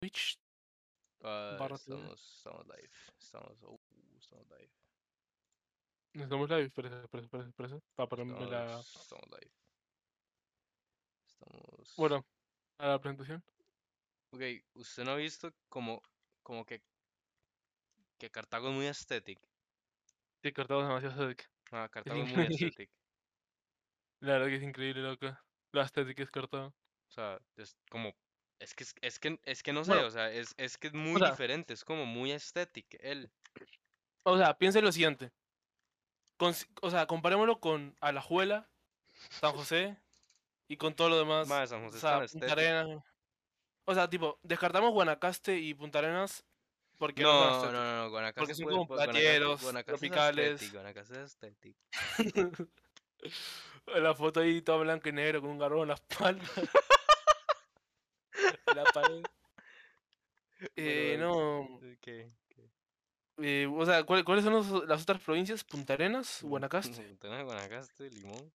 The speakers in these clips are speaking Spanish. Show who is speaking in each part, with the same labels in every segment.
Speaker 1: Twitch. Ah,
Speaker 2: Barra TV.
Speaker 1: estamos, estamos live. Estamos, uh, estamos live.
Speaker 2: Estamos live, espérate, espérate, espérate, espérate, para ponerme la...
Speaker 1: Estamos, estamos live. Estamos.
Speaker 2: Bueno, a la presentación.
Speaker 1: Ok, usted no ha visto como, como que, que Cartago es muy estético.
Speaker 2: Sí, cortamos demasiado estética.
Speaker 1: Ah, Cartago es muy
Speaker 2: increíble.
Speaker 1: estético.
Speaker 2: La verdad que es increíble, loco. La estética es cortada.
Speaker 1: O sea, es como. Es que, es, es que, es que no sé,
Speaker 2: Bueno,
Speaker 1: o sea, es, es que es muy
Speaker 2: sea-
Speaker 1: diferente, es como muy estético. Él.
Speaker 2: O sea, piensa en lo siguiente. Cons- o sea, comparémoslo con Alajuela, San José y con todo lo demás.
Speaker 1: Madre, San
Speaker 2: o
Speaker 1: José es
Speaker 2: sea,
Speaker 1: tan
Speaker 2: Punta
Speaker 1: estético.
Speaker 2: Arenas. O sea, tipo, descartamos Guanacaste y Punta Arenas porque no son estéticos.
Speaker 1: no, no, no, no, Guanacaste
Speaker 2: Porque son
Speaker 1: puede-
Speaker 2: como
Speaker 1: pu- Guanacaste-
Speaker 2: playeros,
Speaker 1: Guanacaste es
Speaker 2: tropicales.
Speaker 1: estético, Guanacaste es estético.
Speaker 2: La foto ahí toda blanca y negro con un garrón en la espalda. En la pared. Eh,
Speaker 1: Bueno,
Speaker 2: no.
Speaker 1: ¿Qué?
Speaker 2: eh, o sea, ¿cuál- ¿cuáles son los- las otras provincias? Punta Arenas,
Speaker 1: Mm,
Speaker 2: Guanacaste.
Speaker 1: Tenés Guanacaste, Limón.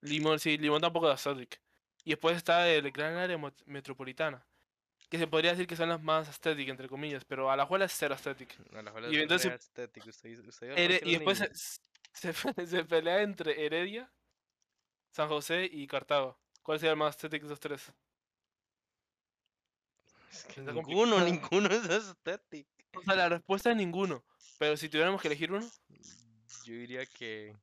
Speaker 2: Limón, sí, Limón tampoco es estético. Y después está el gran área mo- metropolitana. Que se podría decir que son las más estéticas, entre comillas, pero Alajuela es cero estética.
Speaker 1: Alajuela
Speaker 2: Y
Speaker 1: es
Speaker 2: entonces-
Speaker 1: re estético. Usted, hizo- usted vio
Speaker 2: Here-
Speaker 1: Parque
Speaker 2: y
Speaker 1: Los
Speaker 2: después se,
Speaker 1: Niños.
Speaker 2: se, pe- se pelea entre Heredia, San José y Cartago. ¿Cuál sería el más estético de esos tres?
Speaker 1: Es que
Speaker 2: está
Speaker 1: ninguno,
Speaker 2: complicado.
Speaker 1: ninguno es estético.
Speaker 2: O sea, la respuesta es ninguno. Pero si tuviéramos que elegir uno,
Speaker 1: Mm, Yo diría que.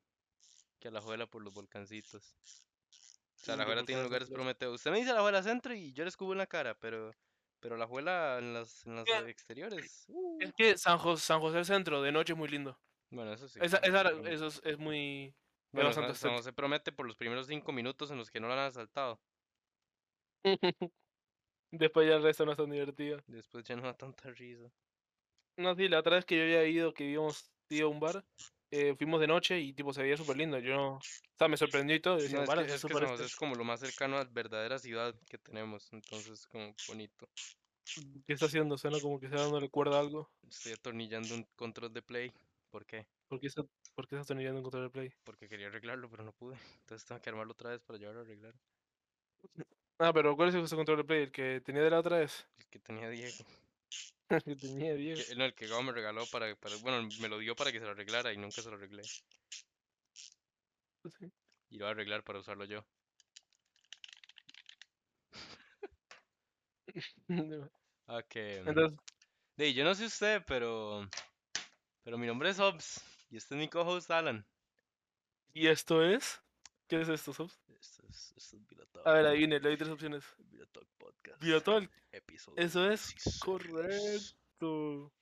Speaker 1: Que Alajuela por los volcancitos. O sea,
Speaker 2: Sí, los
Speaker 1: Alajuela tiene
Speaker 2: volcanes
Speaker 1: lugares
Speaker 2: naturales.
Speaker 1: prometeos. Usted me dice Alajuela centro y yo les cubo en la cara, pero. Pero Alajuela en las, en las
Speaker 2: Mira,
Speaker 1: eh, exteriores. uh,
Speaker 2: es que San José, San José Centro de noche es muy lindo.
Speaker 1: Bueno, eso sí.
Speaker 2: Esa,
Speaker 1: eso sí,
Speaker 2: esa-
Speaker 1: pero-
Speaker 2: eso es, es muy.
Speaker 1: Bueno,
Speaker 2: bastante
Speaker 1: San, San
Speaker 2: estético.
Speaker 1: José promete por los primeros cinco minutos en los que no la han asaltado.
Speaker 2: Después ya el resto no es tan divertido.
Speaker 1: Después ya no da tanta risa.
Speaker 2: No, sí, la otra vez que yo había ido, que íbamos ido a un bar, eh, fuimos de noche y tipo se veía súper lindo. Yo no. O sea, me sorprendió y todo. y
Speaker 1: Sí,
Speaker 2: dije,
Speaker 1: no, es
Speaker 2: "Vale,
Speaker 1: que, es que
Speaker 2: súper
Speaker 1: San José es
Speaker 2: estético".
Speaker 1: como lo más cercano a la verdadera ciudad que tenemos, entonces como bonito.
Speaker 2: ¿Qué está haciendo? Suena como que está dándole cuerda a algo.
Speaker 1: Estoy atornillando un control de play. ¿Por qué?
Speaker 2: ¿Por qué está, por qué está atornillando en control de play?
Speaker 1: Porque quería arreglarlo, pero no pude. Entonces tengo que armarlo otra vez para llevarlo a arreglar.
Speaker 2: Ah, pero ¿cuál es ese control de play? ¿El que tenía de la otra vez?
Speaker 1: El que tenía Diego.
Speaker 2: El que tenía Diego.
Speaker 1: que- no, el que Gabo me regaló para, para- Bueno, me lo dio para que se lo arreglara y nunca se lo arreglé.
Speaker 2: Sí.
Speaker 1: Y lo voy a arreglar para usarlo yo. Ah, que... mm,
Speaker 2: Entonces,
Speaker 1: Dey, yo no sé usted, pero. Pero mi nombre es Hobbs. Y este es mi co-host Alan.
Speaker 2: ¿y esto es? ¿Qué es esto, Sobs?
Speaker 1: Esto Este es, esto es Vila Talk.
Speaker 2: A ver, adivine, le doy tres opciones.
Speaker 1: Vila Talk Podcast.
Speaker 2: Virotalk,
Speaker 1: Episodio.
Speaker 2: eso es
Speaker 1: 16.
Speaker 2: correcto.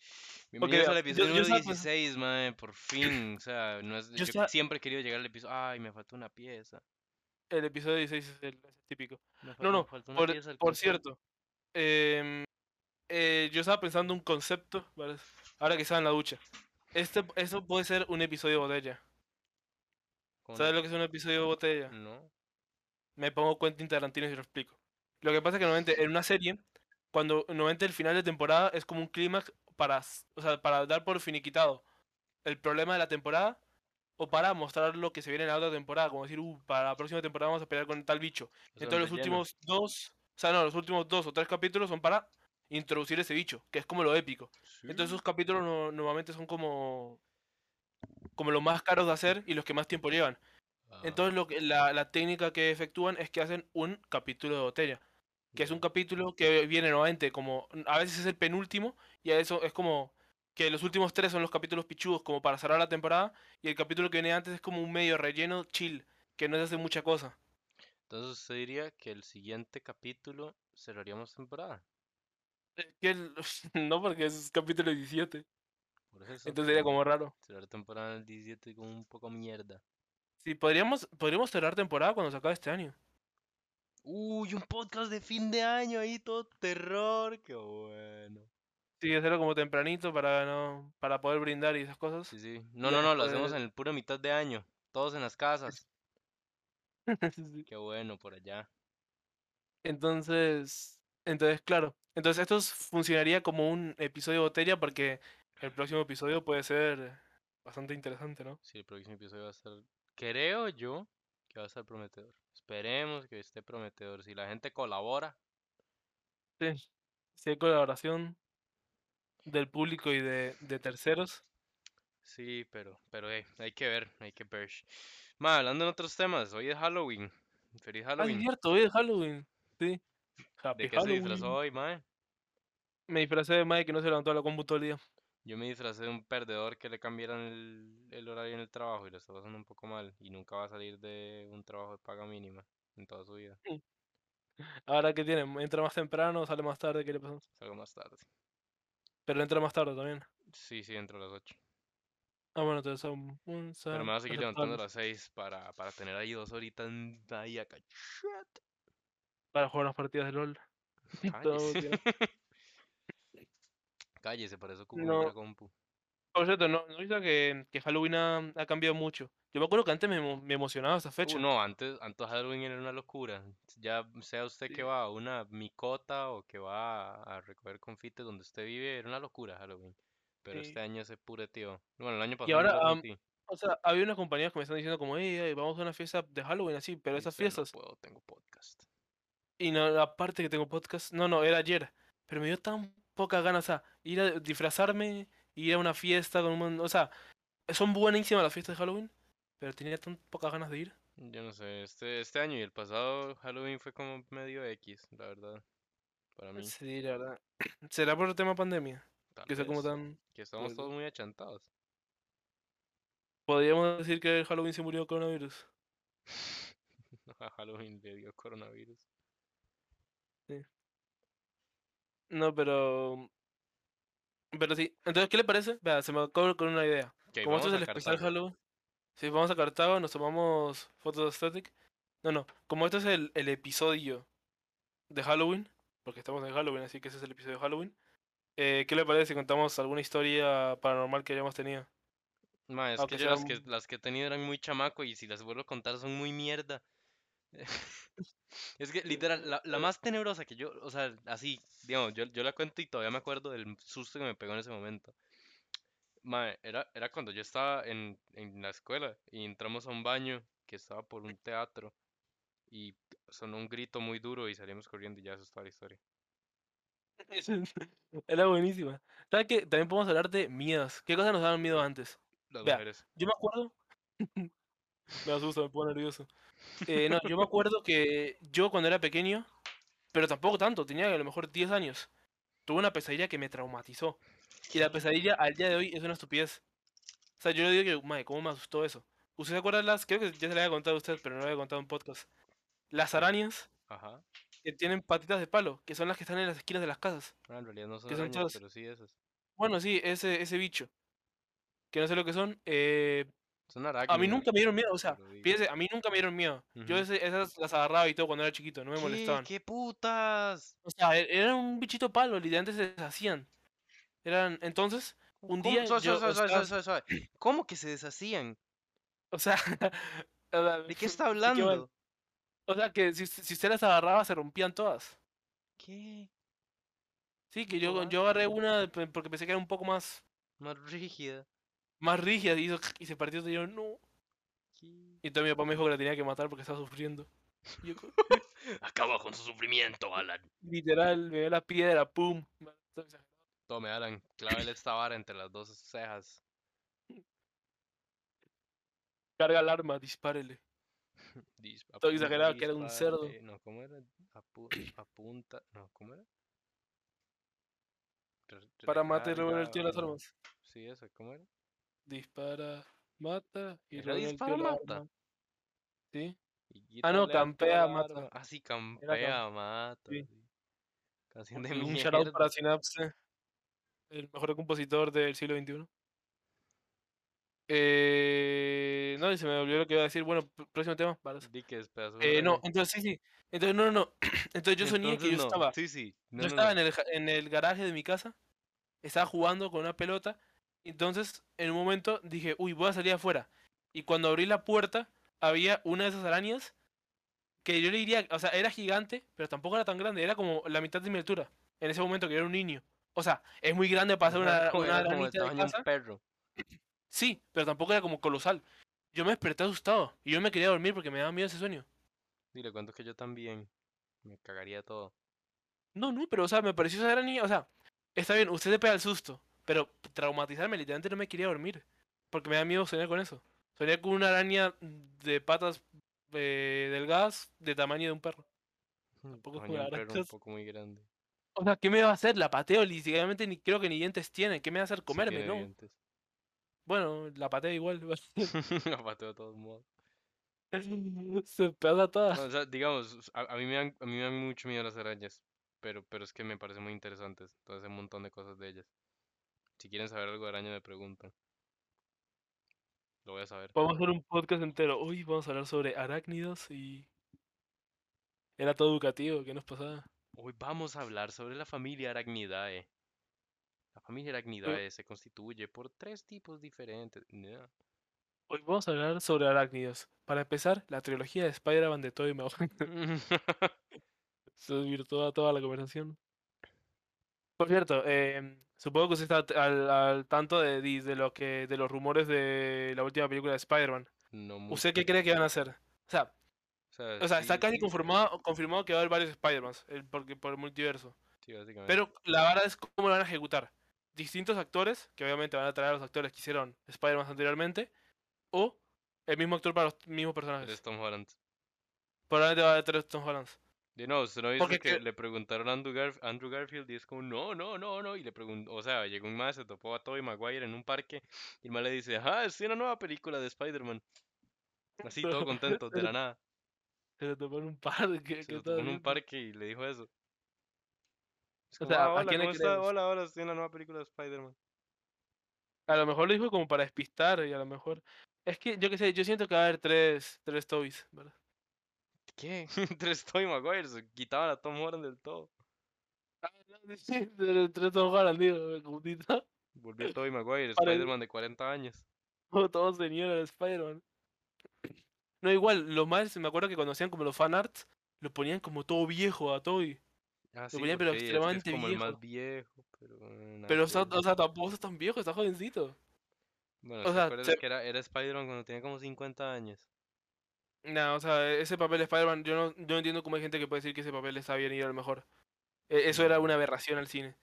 Speaker 1: Bienvenidos
Speaker 2: vea,
Speaker 1: al
Speaker 2: yo-
Speaker 1: episodio
Speaker 2: yo
Speaker 1: número
Speaker 2: estaba pensando-
Speaker 1: 16, mae, por fin. O sea, no es, yo,
Speaker 2: Yo estaba-
Speaker 1: siempre he querido llegar al episodio. Ay, me faltó una pieza.
Speaker 2: El episodio 16 es el típico.
Speaker 1: me fal-
Speaker 2: No,
Speaker 1: me
Speaker 2: no,
Speaker 1: faltó una
Speaker 2: Por,
Speaker 1: pieza al
Speaker 2: por
Speaker 1: control.
Speaker 2: cierto, em, eh, yo estaba pensando un concepto, ¿vale? ahora que estaba en la ducha. Este, eso puede ser un episodio botella.
Speaker 1: Con-
Speaker 2: ¿Sabes lo que es un episodio botella?
Speaker 1: No.
Speaker 2: me pongo Quentin Tarantino y lo explico. Lo que pasa es que normalmente en una serie, cuando normalmente el final de temporada es como un clímax para, s- o sea, para dar por finiquitado el problema de la temporada o para mostrar lo que se viene en la otra temporada, como decir, "Uh, para la próxima temporada vamos a pelear con tal bicho.
Speaker 1: eso
Speaker 2: Entonces
Speaker 1: es
Speaker 2: los
Speaker 1: relleno.
Speaker 2: últimos dos, o sea, no, los últimos dos o tres capítulos son para introducir ese bicho, que es como lo épico. Entonces
Speaker 1: Sí.
Speaker 2: esos capítulos no- normalmente son como como los más caros de hacer y los que más tiempo llevan.
Speaker 1: Ah,
Speaker 2: Entonces lo que, la, la técnica que efectúan es que hacen un capítulo de botella, que es
Speaker 1: ya.
Speaker 2: un capítulo que viene nuevamente como a veces es el penúltimo y a eso es como que los últimos tres son los capítulos pichudos como para cerrar la temporada y el capítulo que viene antes es como un medio relleno chill que no se hace mucha cosa.
Speaker 1: Entonces usted diría que el siguiente capítulo cerraríamos temporada.
Speaker 2: Es Eh, que el- no porque es capítulo 17,
Speaker 1: Por eso.
Speaker 2: entonces sería como raro.
Speaker 1: Cerrar temporada en el 17 con un poco mierda.
Speaker 2: Sí, podríamos podríamos cerrar temporada cuando se acabe este año.
Speaker 1: Uy, un podcast de fin de año ahí, todo terror, qué bueno.
Speaker 2: Sí, hacerlo como tempranito para no para poder brindar y esas cosas.
Speaker 1: Sí, sí. No,
Speaker 2: Ya
Speaker 1: no, no, lo hacemos
Speaker 2: después-
Speaker 1: en el puro mitad de año. Todos en las casas.
Speaker 2: Sí.
Speaker 1: Qué bueno por allá.
Speaker 2: Entonces, entonces, claro. Entonces, esto s- funcionaría como un episodio botella porque el próximo episodio puede ser bastante interesante, ¿no?
Speaker 1: Sí, el próximo episodio va a estar, creo yo, que va a estar prometedor. Esperemos que esté prometedor. Si la gente colabora,
Speaker 2: Sí. si hay colaboración del público y de, de terceros.
Speaker 1: Sí, pero, pero eh, hay que ver, hay que ver. Ma, hablando en otros temas, hoy es Halloween. Feliz
Speaker 2: Ah,
Speaker 1: Halloween.
Speaker 2: es cierto, hoy es Halloween. Sí. Happy
Speaker 1: ¿De qué se
Speaker 2: Halloween.
Speaker 1: disfrazó hoy, mae?
Speaker 2: Me disfrazé de Mike que no se levantó a la compu todo el día.
Speaker 1: Yo me disfracé de un perdedor que le cambiaron el, el horario en el trabajo y lo está pasando un poco mal y nunca va a salir de un trabajo de paga mínima en toda su vida.
Speaker 2: Ahora que tiene, entra más temprano, sale más tarde, ¿qué le pasó?
Speaker 1: Salgo más tarde.
Speaker 2: Pero entra más tarde también.
Speaker 1: Sí, sí, dentro de las 8.
Speaker 2: Ah, bueno, entonces son un
Speaker 1: Pero me va a seguir levantando a
Speaker 2: aceptables
Speaker 1: las 6 para, para tener ahí dos horitas en- ahí acá. Chat.
Speaker 2: para jugar unas partidas de LOL. Todo
Speaker 1: Cállese.
Speaker 2: bien.
Speaker 1: Cállese, para eso ocupo una
Speaker 2: No.
Speaker 1: compu.
Speaker 2: Por cierto, no, no viste que, que Halloween ha, ha cambiado mucho. Yo me acuerdo que antes me, emo- me emocionaba esa
Speaker 1: Uh,
Speaker 2: fecha.
Speaker 1: no, antes, antes Halloween era una locura. Ya sea usted que
Speaker 2: Sí.
Speaker 1: va a una micota o que va a, a recoger confites donde usted vive, era una locura Halloween. Pero
Speaker 2: Sí.
Speaker 1: este año se pureteó. Bueno, el año pasado
Speaker 2: ahora,
Speaker 1: yo lo
Speaker 2: am,
Speaker 1: sentí.
Speaker 2: O sea, había unas compañías que me están diciendo como, hey, vamos a una fiesta de Halloween así, pero
Speaker 1: Y
Speaker 2: esas
Speaker 1: usted Este no
Speaker 2: fiestas.
Speaker 1: puedo, tengo podcast.
Speaker 2: Y no, la parte que tengo podcast, no, no, era ayer. Pero me dio tan pocas ganas, o sea, ir a disfrazarme, ir a una fiesta con un mon- O sea, son buenísimas las fiestas de Halloween, pero tenía tan pocas ganas de ir.
Speaker 1: Yo no sé, este, este año y el pasado Halloween fue como medio X, la verdad, para mí,
Speaker 2: Sí, la verdad. ¿Será por el tema pandemia?
Speaker 1: tal
Speaker 2: Pues, Que sea como
Speaker 1: vez.
Speaker 2: tan...
Speaker 1: Que estamos
Speaker 2: Puede ser.
Speaker 1: todos muy achantados.
Speaker 2: Podríamos decir que el Halloween se murió de coronavirus.
Speaker 1: A Halloween le dio coronavirus.
Speaker 2: No, pero... Pero sí. Entonces, ¿qué le parece? Vea, se me acaba con una idea.
Speaker 1: Ok,
Speaker 2: Como esto
Speaker 1: vamos
Speaker 2: es
Speaker 1: a
Speaker 2: el especial
Speaker 1: Cartago.
Speaker 2: Halloween, si vamos a Cartago, nos tomamos fotos de aesthetic. No, no, como esto es el, el episodio de Halloween, porque estamos en Halloween, así que ese es el episodio de Halloween. eh, ¿qué le parece si contamos alguna historia paranormal que hayamos tenido?
Speaker 1: Ma, es que
Speaker 2: Aunque
Speaker 1: yo
Speaker 2: sea
Speaker 1: las que,
Speaker 2: un...
Speaker 1: las que he tenido eran muy chamaco y si las vuelvo a contar son muy mierda. Es que literal, la, la más tenebrosa que yo, o sea, así, digamos, yo, yo la cuento y todavía me acuerdo del susto que me pegó en ese momento. Mae, era, era cuando yo estaba en, en la escuela y entramos a un baño que estaba por un teatro y sonó un grito muy duro y salimos corriendo y ya eso es toda la historia.
Speaker 2: Era buenísima. ¿Sabes qué? También podemos hablar de miedos. ¿Qué cosas nos daban miedo antes?
Speaker 1: Las
Speaker 2: Vea,
Speaker 1: mujeres.
Speaker 2: yo me acuerdo... Me asusta, me pongo nervioso. Eh, no, yo me acuerdo que yo cuando era pequeño, pero tampoco tanto, tenía a lo mejor 10 años, tuve una pesadilla que me traumatizó. Y la pesadilla al día de hoy es una estupidez. O sea, yo le digo que, madre, ¿cómo me asustó eso? ¿Usted se acuerda de las? Creo que ya se la había contado a usted, pero no lo había contado en podcast. Las
Speaker 1: Mm,
Speaker 2: arañas
Speaker 1: Ajá.
Speaker 2: que tienen patitas de palo, que son las que están en las esquinas de las casas,
Speaker 1: Ah, en realidad no son
Speaker 2: que son
Speaker 1: arañas,
Speaker 2: todas.
Speaker 1: pero sí esas.
Speaker 2: Bueno, sí, ese, ese bicho, que no sé lo que son. eh,
Speaker 1: Son
Speaker 2: a mí
Speaker 1: arácnidos,
Speaker 2: nunca me dieron miedo, o
Speaker 1: te
Speaker 2: sea,
Speaker 1: lo digo.
Speaker 2: fíjese, a mí nunca me dieron miedo. Yo
Speaker 1: Ujú.
Speaker 2: ese- esas las agarraba y todo cuando era chiquito, no me
Speaker 1: ¿Qué?
Speaker 2: molestaban.
Speaker 1: ¿Qué putas?
Speaker 2: O sea, e- era un bichito palo, literalmente se deshacían. Eran, entonces, un
Speaker 1: ¿Cómo?
Speaker 2: día
Speaker 1: Suave,
Speaker 2: yo
Speaker 1: suave, suave, suave,
Speaker 2: estaba,
Speaker 1: suave, suave, suave. ¿Cómo que se deshacían?
Speaker 2: o sea, o sea,
Speaker 1: ¿De qué está
Speaker 2: sí, qué mal.
Speaker 1: hablando?
Speaker 2: O sea, que si, usted- si usted las agarraba se rompían todas.
Speaker 1: ¿Qué?
Speaker 2: Sí, que yo,
Speaker 1: What?
Speaker 2: yo agarré una pe- porque pensé que era un poco más,
Speaker 1: Más rígida.
Speaker 2: más rígida y, hizo y se partió. Y yo, no.
Speaker 1: ¿Qué?
Speaker 2: Y entonces mi papá me dijo que la tenía que matar porque estaba sufriendo. Y yo, co-
Speaker 1: Acaba con su sufrimiento, Alan.
Speaker 2: literal, me dio la piedra, pum.
Speaker 1: Tome, Alan, clávele esta vara entre las dos cejas.
Speaker 2: Carga el arma, dispárele.
Speaker 1: Dis-
Speaker 2: Todo
Speaker 1: apu-
Speaker 2: exagerado, que era un cerdo.
Speaker 1: dispare- No, ¿cómo era? Apu- apunta. No, ¿cómo era? Re-
Speaker 2: Para matar y robar el
Speaker 1: recarga
Speaker 2: tío
Speaker 1: o
Speaker 2: las
Speaker 1: no.
Speaker 2: armas.
Speaker 1: Sí, eso, ¿cómo era?
Speaker 2: Dispara, mata y
Speaker 1: Era
Speaker 2: roba el tío
Speaker 1: dispara,
Speaker 2: la
Speaker 1: mata.
Speaker 2: arma. ¿Sí?
Speaker 1: Y
Speaker 2: Ah, no,
Speaker 1: quítale al tío
Speaker 2: campea,
Speaker 1: la
Speaker 2: mata.
Speaker 1: arma. Ah, sí,
Speaker 2: Era campea.
Speaker 1: campea, mata.
Speaker 2: Sí.
Speaker 1: sí. Canción
Speaker 2: Un,
Speaker 1: de
Speaker 2: un shoutout para
Speaker 1: mierda.
Speaker 2: Synapse, el mejor compositor del siglo XXI. Eh, no, y se me olvidó lo que iba a decir. Bueno, pr- próximo tema. balas.
Speaker 1: Di que despedazó una
Speaker 2: Eh, no,
Speaker 1: araña.
Speaker 2: entonces sí, sí. Entonces, no, no, no. Entonces yo soñé que
Speaker 1: Entonces
Speaker 2: yo
Speaker 1: no.
Speaker 2: estaba.
Speaker 1: Sí, sí. No,
Speaker 2: Yo
Speaker 1: no,
Speaker 2: estaba
Speaker 1: no.
Speaker 2: en el, ja- en el garaje de mi casa, estaba jugando con una pelota. Entonces, en un momento dije, uy, voy a salir afuera. Y cuando abrí la puerta, había una de esas arañas que yo le diría, o sea, era gigante, pero tampoco era tan grande, era como la mitad de mi altura. En ese momento que yo era un niño. O sea, es muy grande para ser
Speaker 1: Ajá,
Speaker 2: una,
Speaker 1: como
Speaker 2: una
Speaker 1: era como el
Speaker 2: arañita de
Speaker 1: tamaño de un
Speaker 2: casa.
Speaker 1: perro.
Speaker 2: Sí, pero tampoco era como colosal. Yo me desperté asustado y yo me quería dormir porque me daba miedo ese sueño.
Speaker 1: Y le cuento que yo también. Me cagaría todo.
Speaker 2: No, no, pero, o sea, me pareció esa gran niña. O sea, está bien, usted se pega el susto, pero traumatizarme, literalmente no me quería dormir. Porque me da miedo soñar con eso. Soñar con una araña de patas eh, delgadas de tamaño de un perro. Tampoco es como
Speaker 1: Coño, un
Speaker 2: la gran
Speaker 1: perro un
Speaker 2: cosa.
Speaker 1: poco muy grande. sí,
Speaker 2: O sea, ¿qué me va a hacer? La pateo, literalmente ni creo que ni dientes tiene. ¿Qué me va a hacer comerme?
Speaker 1: tiene
Speaker 2: No.
Speaker 1: dientes.
Speaker 2: Bueno, la pateo igual.
Speaker 1: La pateo de todos modos.
Speaker 2: Se pega
Speaker 1: No,
Speaker 2: toda.
Speaker 1: o sea, digamos, a, a mí me dan, a mí me dan mucho miedo las arañas, pero, pero es que me parecen muy interesantes, entonces hay un montón de cosas de ellas. Si quieren saber algo de araña me preguntan. Lo voy a saber.
Speaker 2: Vamos a hacer un podcast entero. Hoy vamos a hablar sobre arácnidos y. Era todo educativo, ¿qué nos pasaba?
Speaker 1: Hoy vamos a hablar sobre la familia Arachnidae. La
Speaker 2: Eh.
Speaker 1: familia Arachnidae se constituye por tres tipos diferentes. Ya.
Speaker 2: Hoy vamos a hablar sobre arácnidos. Para empezar, la trilogía de Spider-Man de Tobey Maguire. Se desvirtuó toda la conversación. Por cierto, em, supongo que usted está at- al, al tanto de, di- de lo que, de los rumores de la última película de Spider-Man.
Speaker 1: No
Speaker 2: ¿Usted qué
Speaker 1: mucho.
Speaker 2: cree que van a hacer? O sea,
Speaker 1: O sea,
Speaker 2: o sea, está
Speaker 1: sí,
Speaker 2: casi
Speaker 1: sí,
Speaker 2: confirmado, confirmado que va a haber varios Spider-Mans el- porque- por el multiverso.
Speaker 1: sí, básicamente.
Speaker 2: Pero la vara es cómo lo van a ejecutar. Distintos actores, que obviamente van a traer a los actores que hicieron Spider-Man anteriormente, o el mismo actor para los mismos
Speaker 1: Eres
Speaker 2: personajes.
Speaker 1: Tom Holland.
Speaker 2: Probablemente va a haber tres Tom Hollands.
Speaker 1: De no, usted no viste
Speaker 2: Porque
Speaker 1: que
Speaker 2: que-
Speaker 1: le preguntaron a Andrew, Garf- Andrew Garfield y es como, no, no, no, no. Y le preguntó, o sea, llegó un más, se topó a Tobey Maguire en un parque y el más le dice, ah, es una nueva película de Spider-Man. Así, todo contento, de la nada.
Speaker 2: Se lo topó en un parque.
Speaker 1: Se
Speaker 2: ¿qué
Speaker 1: lo
Speaker 2: estaba
Speaker 1: topó en un
Speaker 2: haciendo?
Speaker 1: parque y le dijo eso. Es
Speaker 2: O
Speaker 1: como,
Speaker 2: sea,
Speaker 1: ah,
Speaker 2: ¿a
Speaker 1: hola,
Speaker 2: quién le
Speaker 1: ¿cómo está?
Speaker 2: creemos?
Speaker 1: Hola, hola, estoy en la nueva película de Spider-Man.
Speaker 2: A lo mejor lo dijo como para despistar y a lo mejor... Es que yo qué sé, yo siento que va a haber tres, tres Tobys, ¿verdad?
Speaker 1: ¿Qué? Tres Tobey Maguire, se quitaban a Tom Holland del todo.
Speaker 2: Sí, tres tres Tom Holland, digo, me confundí todo.
Speaker 1: Volvió Tobey Maguire,
Speaker 2: Para el-
Speaker 1: Spider-Man de 40 años.
Speaker 2: Como todos tenían al Spider-Man. No, igual, los más, me acuerdo que cuando hacían como los fanarts, lo ponían como todo viejo a Toby.
Speaker 1: Ah, sí,
Speaker 2: ponían, pero
Speaker 1: porque di, es que es
Speaker 2: extremadamente
Speaker 1: como el más
Speaker 2: viejo.
Speaker 1: viejo, pero... eh, nada
Speaker 2: Pero,
Speaker 1: que
Speaker 2: está,
Speaker 1: ver.
Speaker 2: o sea, tampoco es tan viejo, está jovencito.
Speaker 1: Bueno,
Speaker 2: O
Speaker 1: ¿te
Speaker 2: sea,
Speaker 1: acuerdas
Speaker 2: se-
Speaker 1: que era, era Spider-Man cuando tenía como 50 años?
Speaker 2: Nah, o sea, e-, ese papel de Spider-Man, yo no, yo no entiendo cómo hay gente que puede decir que ese papel está bien y era lo mejor. E- Eso era
Speaker 1: No.
Speaker 2: una aberración al cine.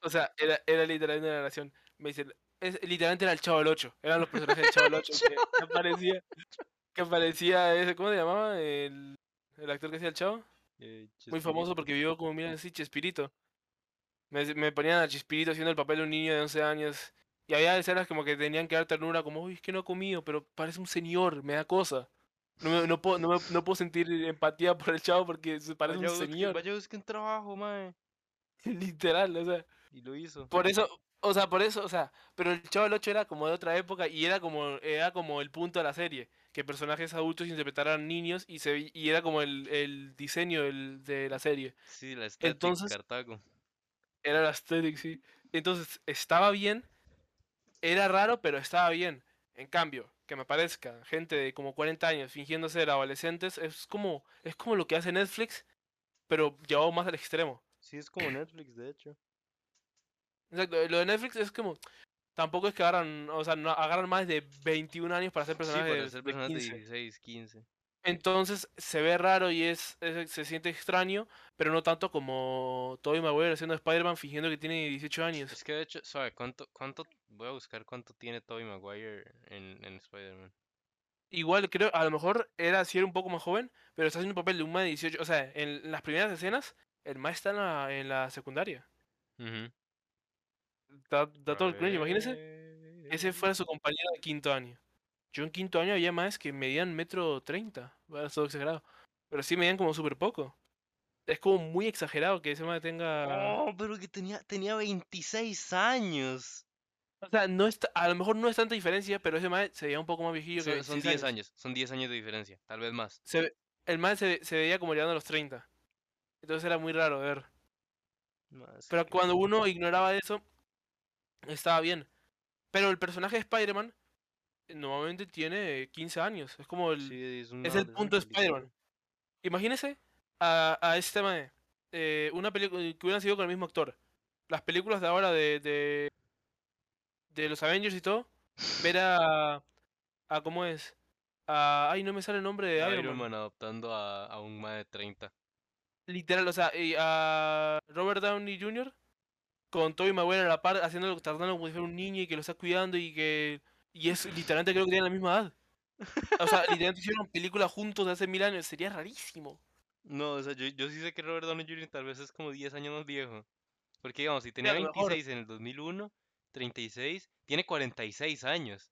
Speaker 2: O sea, era, era literalmente una aberración. Me dicen, es, literalmente era el Chavo del 8. Eran los personajes del Chavo del 8 que, que aparecía. Que aparecía ese, ¿cómo se llamaba? El, el actor que hacía el Chavo.
Speaker 1: Eh,
Speaker 2: Muy
Speaker 1: Chespirito.
Speaker 2: famoso porque vivió como mira así, Chespirito. Me, me ponían a Chespirito haciendo el papel de un niño de 11 años. Y había escenas como que tenían que dar ternura, como, uy, es que no ha comido, pero parece un señor, me da cosa. No, me- no puedo, no, me- no puedo sentir empatía por el chavo porque se parece
Speaker 1: Vaya
Speaker 2: un
Speaker 1: busque-
Speaker 2: señor.
Speaker 1: Vaya busquen trabajo, mae.
Speaker 2: Literal, o sea.
Speaker 1: Y lo hizo.
Speaker 2: Por eso, o sea, por eso, o sea, pero el Chavo del 8 era como de otra época y era como, era como el punto de la serie, que personajes adultos interpretaran niños y se vi- y era como el, el diseño del- de la serie.
Speaker 1: Sí, la estética,
Speaker 2: Entonces-
Speaker 1: Cartago.
Speaker 2: Era la aesthetic, sí. Entonces, estaba bien. Era raro, pero estaba bien. En cambio, que me aparezca gente de como 40 años fingiendo ser adolescentes, es como, es como lo que hace Netflix, pero llevado más al extremo.
Speaker 1: Sí, es como Netflix, de hecho.
Speaker 2: Exacto, lo de Netflix es como, tampoco es que agarran, o sea, no agarran más de 21 años para hacer
Speaker 1: Sí,
Speaker 2: personajes
Speaker 1: para
Speaker 2: de-
Speaker 1: ser
Speaker 2: de
Speaker 1: personas de
Speaker 2: 15.
Speaker 1: 16, 15.
Speaker 2: Entonces se ve raro y es, es- se siente extraño, pero no tanto como Tobey Maguire haciendo Spider-Man fingiendo que tiene 18 años.
Speaker 1: Es que de hecho, ¿sabe cuánto, cuánto? Voy a buscar cuánto tiene Tobey Maguire en, en Spider-Man.
Speaker 2: Igual creo, a lo mejor era si era un poco más joven, pero está haciendo un papel de un más de 18. O sea, en las primeras escenas, el más está en la, en la secundaria.
Speaker 1: Ujú.
Speaker 2: Da, da
Speaker 1: A
Speaker 2: todo el cringe, imagínese. Ese
Speaker 1: ver.
Speaker 2: fuera su compañero de quinto año. Yo en quinto año había más que medían metro treinta. Bueno, es todo exagerado. Pero sí medían como súper poco. Es como muy exagerado que ese más tenga.
Speaker 1: Oh, pero que tenía, tenía 26 años.
Speaker 2: O sea, no está, a lo mejor no es tanta diferencia, pero ese más se veía un poco más viejillo que
Speaker 1: Son, son
Speaker 2: 26
Speaker 1: 10
Speaker 2: años.
Speaker 1: años, son 10 años de diferencia, tal vez más.
Speaker 2: Se ve- el más se, se veía como llegando a los 30. Entonces era muy raro de ver.
Speaker 1: Más
Speaker 2: Pero
Speaker 1: que-
Speaker 2: cuando uno ignoraba eso, estaba bien. Pero el personaje de Spider-Man eh, normalmente tiene eh, 15 años. Es como el,
Speaker 1: Sí, es un
Speaker 2: es el
Speaker 1: adolescente,
Speaker 2: punto de
Speaker 1: literal.
Speaker 2: Spider-Man. Imagínese a, a este tema de eh, una película que hubieran sido con el mismo actor. Las películas de ahora de, de, de los Avengers y todo. Ver a, a ¿cómo es? A, ay, no me sale el nombre de
Speaker 1: Iron,
Speaker 2: Iron Man.
Speaker 1: Man adoptando a, a un mae de 30.
Speaker 2: literal, o sea, y a Robert Downey Jr. con Tobey Maguire a la par, haciéndolo, tratando como si fuera un niño y que lo está cuidando y que... Y es literalmente creo que tienen la misma edad. O sea, literalmente hicieron películas juntos de hace mil años, sería rarísimo.
Speaker 1: No, o sea, yo, yo sí sé que Robert Downey Jr. tal vez es como 10 años más viejo. Porque, digamos, si tenía
Speaker 2: a lo mejor.
Speaker 1: 26 en el 2001, 36, tiene 46 años.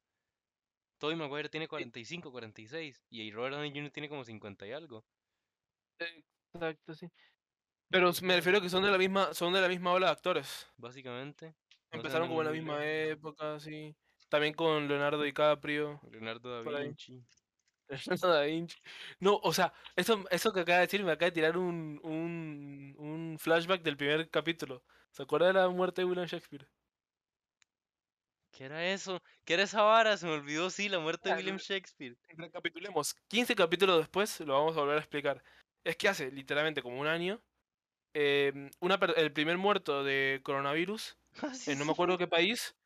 Speaker 1: Tobey Maguire tiene 45, 46. Y Robert Downey Jr. tiene como 50 y algo.
Speaker 2: Exacto, sí. Pero s- me refiero que son de la misma, son de la misma ola de actores.
Speaker 1: Básicamente, No se
Speaker 2: Empezaron
Speaker 1: hablan
Speaker 2: como en la
Speaker 1: muy
Speaker 2: misma
Speaker 1: lejos.
Speaker 2: época, sí. También con Leonardo DiCaprio.
Speaker 1: Leonardo
Speaker 2: Por
Speaker 1: da
Speaker 2: ahí.
Speaker 1: Vinci.
Speaker 2: Leonardo da Vinci. No, o sea, eso, eso que acaba de decir me acaba de tirar un, un, un flashback del primer capítulo. ¿Se acuerda de la muerte de William Shakespeare?
Speaker 1: ¿Qué era eso? ¿Qué era esa vara? Se me olvidó, sí, la muerte de
Speaker 2: Ah,
Speaker 1: William
Speaker 2: lo-
Speaker 1: Shakespeare.
Speaker 2: Recapitulemos. 15 capítulos después lo vamos a volver a explicar. Es que hace literalmente como un año. em, una per- el primer muerto de coronavirus
Speaker 1: Ah, sí,
Speaker 2: en Eh, no
Speaker 1: sí.
Speaker 2: me acuerdo qué país,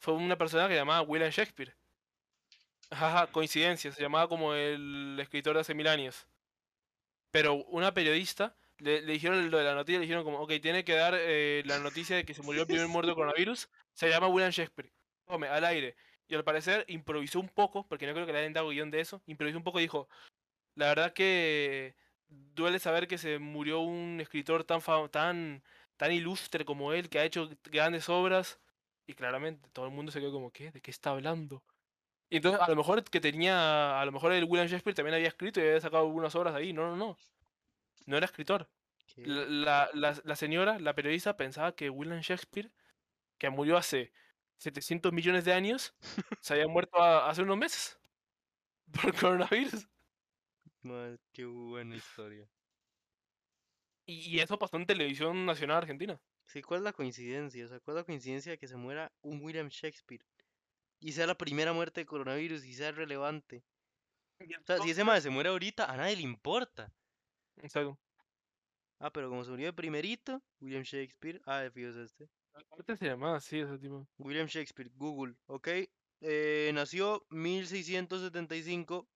Speaker 2: fue una persona que llamaba William Shakespeare. Jaja, coincidencia, se llamaba como el escritor de hace mil años. Pero una periodista le, le dijeron lo de la noticia, le dijeron como, ok, tiene que dar eh, la noticia de que se murió el primer muerto de coronavirus, se llama William Shakespeare. Come, al aire. Y al parecer improvisó un poco, porque no creo que le hayan dado guión de eso, improvisó un poco y dijo, la verdad que duele saber que se murió un escritor tan, fam- tan tan ilustre como él, que ha hecho grandes obras. Y claramente todo el mundo se quedó como, ¿qué? ¿De qué está hablando? Y entonces, a lo mejor que tenía, a lo mejor el William Shakespeare también había escrito y había sacado algunas obras de ahí. No, no, no. No era escritor.
Speaker 1: ¿Qué?
Speaker 2: La, la- la- la señora, la periodista, pensaba que William Shakespeare, que murió hace 700 millones de años, se había muerto a- hace unos meses por coronavirus.
Speaker 1: Madre, qué buena historia.
Speaker 2: Y, y eso pasó en televisión nacional argentina.
Speaker 1: Sí, ¿cuál es la coincidencia? O sea, ¿cuál es la coincidencia de que se muera un William Shakespeare? Y sea la primera muerte de coronavirus y sea relevante. O sea, si ese madre se muere ahorita, a nadie le importa.
Speaker 2: Exacto.
Speaker 1: Ah, pero como se murió de primerito, William Shakespeare. Ah, de fijo es este.
Speaker 2: Aparte se llamaba así ese tipo.
Speaker 1: William Shakespeare, Google, ok. Eh, nació 1675,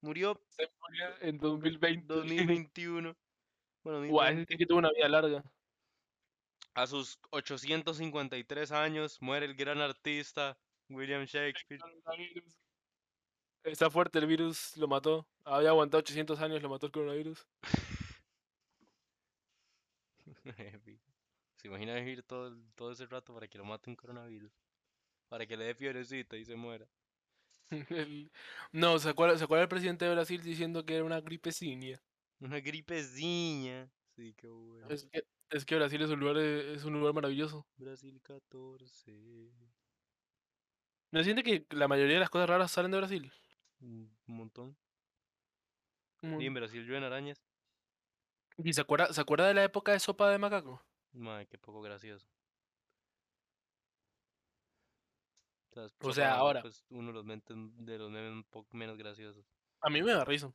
Speaker 1: murió
Speaker 2: Se murió en 2020.
Speaker 1: 2021. Bueno,
Speaker 2: Guau,
Speaker 1: 2020.
Speaker 2: ese sí que tuvo una vida larga.
Speaker 1: A sus 853 años muere el gran artista William Shakespeare.
Speaker 2: Está fuerte el virus, lo mató. Había aguantado 800 años, lo mató el coronavirus.
Speaker 1: Heavy. ¿Se imagina vivir todo, el- todo ese rato para que lo mate un coronavirus? Para que le dé fierecita y se muera.
Speaker 2: El- No, ¿se acuerda, ¿se acuerda el presidente de Brasil diciendo que era una gripecinia?
Speaker 1: Una gripeciña. Sí, qué bueno.
Speaker 2: Es que, es que Brasil es un lugar, eh, es un lugar maravilloso.
Speaker 1: Brasil 14.
Speaker 2: ¿No siente que la mayoría de las cosas raras salen de Brasil?
Speaker 1: Un montón.
Speaker 2: Como-
Speaker 1: Y en Brasil llueven arañas.
Speaker 2: ¿Y se acuerda, se acuerda de la época de sopa de macaco?
Speaker 1: Madre, qué poco gracioso. O sea,
Speaker 2: O
Speaker 1: Sopa
Speaker 2: sea,
Speaker 1: de
Speaker 2: ahora.
Speaker 1: Macaco es pues, uno de los, mentes- de los memes un poco menos graciosos.
Speaker 2: A mí me da risa.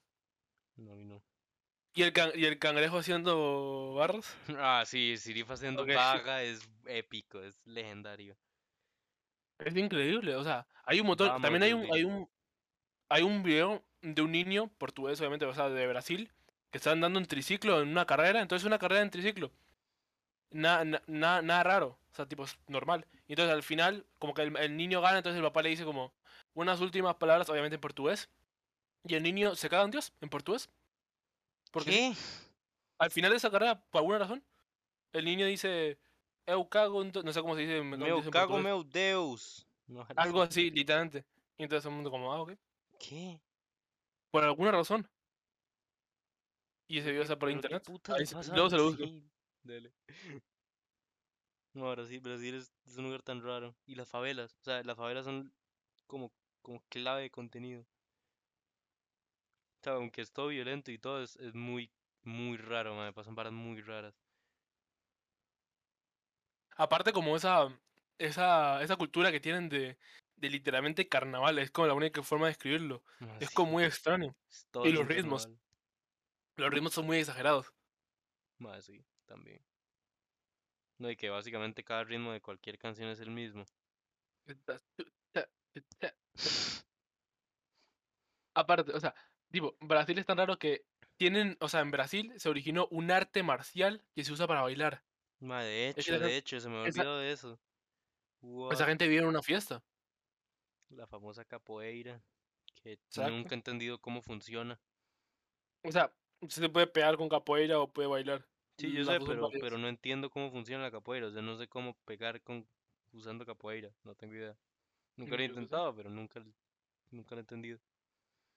Speaker 1: No, a mí no.
Speaker 2: ¿Y el, can- y el cangrejo haciendo barras?
Speaker 1: Ah, sí, Sirifa haciendo
Speaker 2: Ok.
Speaker 1: paga es épico, es legendario.
Speaker 2: Es increíble, o sea, hay un montón,
Speaker 1: Vamos,
Speaker 2: también hay un,
Speaker 1: Willy.
Speaker 2: hay un, hay un video de un niño portugués, obviamente, o sea, de Brasil, que está andando en triciclo en una carrera, entonces una carrera en triciclo. Nada, na- na- nada raro, o sea, tipo, es normal. Y entonces al final, como que el, el niño gana, entonces el papá le dice como unas últimas palabras, obviamente en portugués, y el niño se caga en Dios, en portugués. Porque sí.
Speaker 1: qué?
Speaker 2: al final de esa carrera, por alguna razón, el niño dice, eu cago, en Deus", Pues no sé cómo se dice, en- cómo se
Speaker 1: Meu
Speaker 2: dice en
Speaker 1: cago,
Speaker 2: portugués.
Speaker 1: meu Deus. No, ahora
Speaker 2: Algo
Speaker 1: sí.
Speaker 2: así, literalmente. Y entonces todo el mundo como, ah, ok.
Speaker 1: ¿Qué?
Speaker 2: Por alguna razón. Y ese video
Speaker 1: ¿Qué-
Speaker 2: está por
Speaker 1: pero qué
Speaker 2: internet.
Speaker 1: putas
Speaker 2: Ahí
Speaker 1: le
Speaker 2: se-
Speaker 1: pasa a
Speaker 2: luego se lo busco.
Speaker 1: Brasil? Dale. No, Brasil, Brasil es, es un lugar tan raro. Y las favelas, o sea, las favelas son como, como clave de contenido. O sea, aunque es todo violento y todo, es, es muy, muy raro, me pasan varas muy raras.
Speaker 2: Aparte como esa, esa, esa cultura que tienen de, de literalmente carnaval. Es como la única forma de describirlo.
Speaker 1: Ma,
Speaker 2: Es
Speaker 1: sí,
Speaker 2: como muy extraño.
Speaker 1: es todo es
Speaker 2: los
Speaker 1: un
Speaker 2: ritmos.
Speaker 1: carnaval.
Speaker 2: Los ritmos son muy exagerados.
Speaker 1: Ma, sí, también. No, y que básicamente cada ritmo de cualquier canción es el mismo.
Speaker 2: Aparte, o sea, tipo, Brasil es tan raro que tienen, o sea, en Brasil se originó un arte marcial que se usa para bailar.
Speaker 1: Ma, de
Speaker 2: que
Speaker 1: hecho,
Speaker 2: esa-
Speaker 1: de hecho, se me había
Speaker 2: esa-
Speaker 1: olvidado de eso.
Speaker 2: Esa
Speaker 1: What?
Speaker 2: gente vive en una fiesta.
Speaker 1: La famosa capoeira, que
Speaker 2: Exacto.
Speaker 1: nunca he entendido cómo funciona.
Speaker 2: O sea, se te puede pegar con capoeira o puede bailar.
Speaker 1: Sí, yo
Speaker 2: Las
Speaker 1: sé,
Speaker 2: dos son
Speaker 1: pero,
Speaker 2: válidas.
Speaker 1: pero no entiendo cómo funciona la capoeira. O sea, no sé cómo pegar con usando capoeira. No tengo idea. Nunca lo he
Speaker 2: Yo qué sé.
Speaker 1: intentado, pero nunca, l- nunca lo he entendido.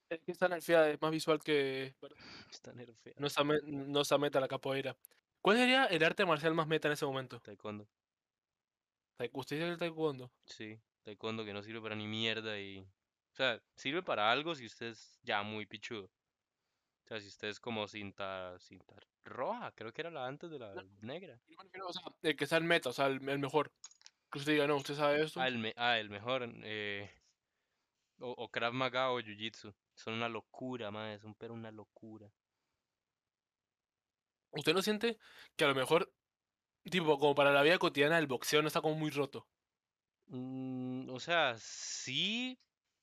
Speaker 2: Es que esta nerfeada es más visual que
Speaker 1: Está nerfeado.
Speaker 2: no está, me- no está meta la capoeira. ¿Cuál sería el arte marcial más meta en ese momento?
Speaker 1: Taekwondo.
Speaker 2: Tai- ¿Usted dice el taekwondo?
Speaker 1: Sí, taekwondo que no sirve para ni mierda y... O sea, sirve para algo si usted es ya muy pichudo. O sea, si usted es como cinta, cinta roja, creo que era la antes de la negra.
Speaker 2: Yo me refiero, o sea, el que está en meta, o sea, el, el mejor. Que usted diga, no, usted sabe esto.
Speaker 1: Ah, el, me- ah, el mejor. eh, o, o Krav Maga o Jiu-Jitsu. Son una locura, madre. Son pero una locura.
Speaker 2: ¿Usted no siente que a lo mejor, tipo, como para la vida cotidiana, el boxeo no está como muy roto?
Speaker 1: Mm, o sea, sí,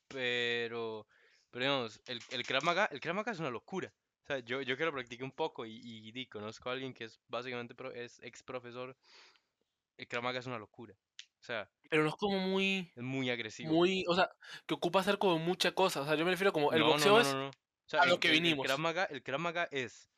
Speaker 1: pero, pero digamos, el, el Krav Maga, el Krav Maga es una locura. O sea, yo, yo que lo practiqué un poco y, y, di, conozco a alguien que es básicamente pro- es ex profesor. El Krav Maga es una locura. O sea,
Speaker 2: Pero no es como muy,
Speaker 1: es muy agresivo.
Speaker 2: muy, o sea, que ocupa hacer como mucha cosa. O sea, yo me refiero como, el
Speaker 1: No, no,
Speaker 2: boxeo
Speaker 1: no,
Speaker 2: es,
Speaker 1: no, no. O sea,
Speaker 2: a lo
Speaker 1: el,
Speaker 2: que
Speaker 1: el- el
Speaker 2: vinimos.
Speaker 1: Krav Maga, el Krav Maga es,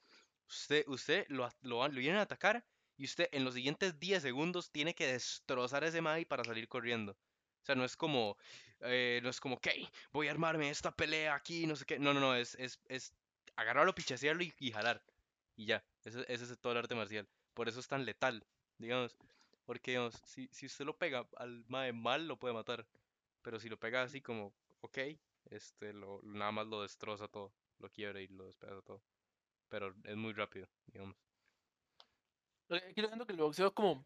Speaker 1: usted, usted lo, a- lo, van- lo vienen a atacar y usted en los siguientes 10 segundos tiene que destrozar a ese Mai para salir corriendo. O sea, no es como, eh, no es como, ok, voy a armarme esta pelea aquí, no sé qué. No, no, no, es, es, es agarrarlo, pichasearlo y, y jalar. Y ya, ese, ese es todo el arte marcial. Por eso es tan letal, digamos. Porque, digamos, si, si usted lo pega al mae mal, lo puede matar. Pero si lo pega así como, ok, este, lo, nada más lo destroza todo, lo quiebra y lo despedaza todo. Pero es muy rápido, digamos.
Speaker 2: lo que- yo siento que el boxeo es como,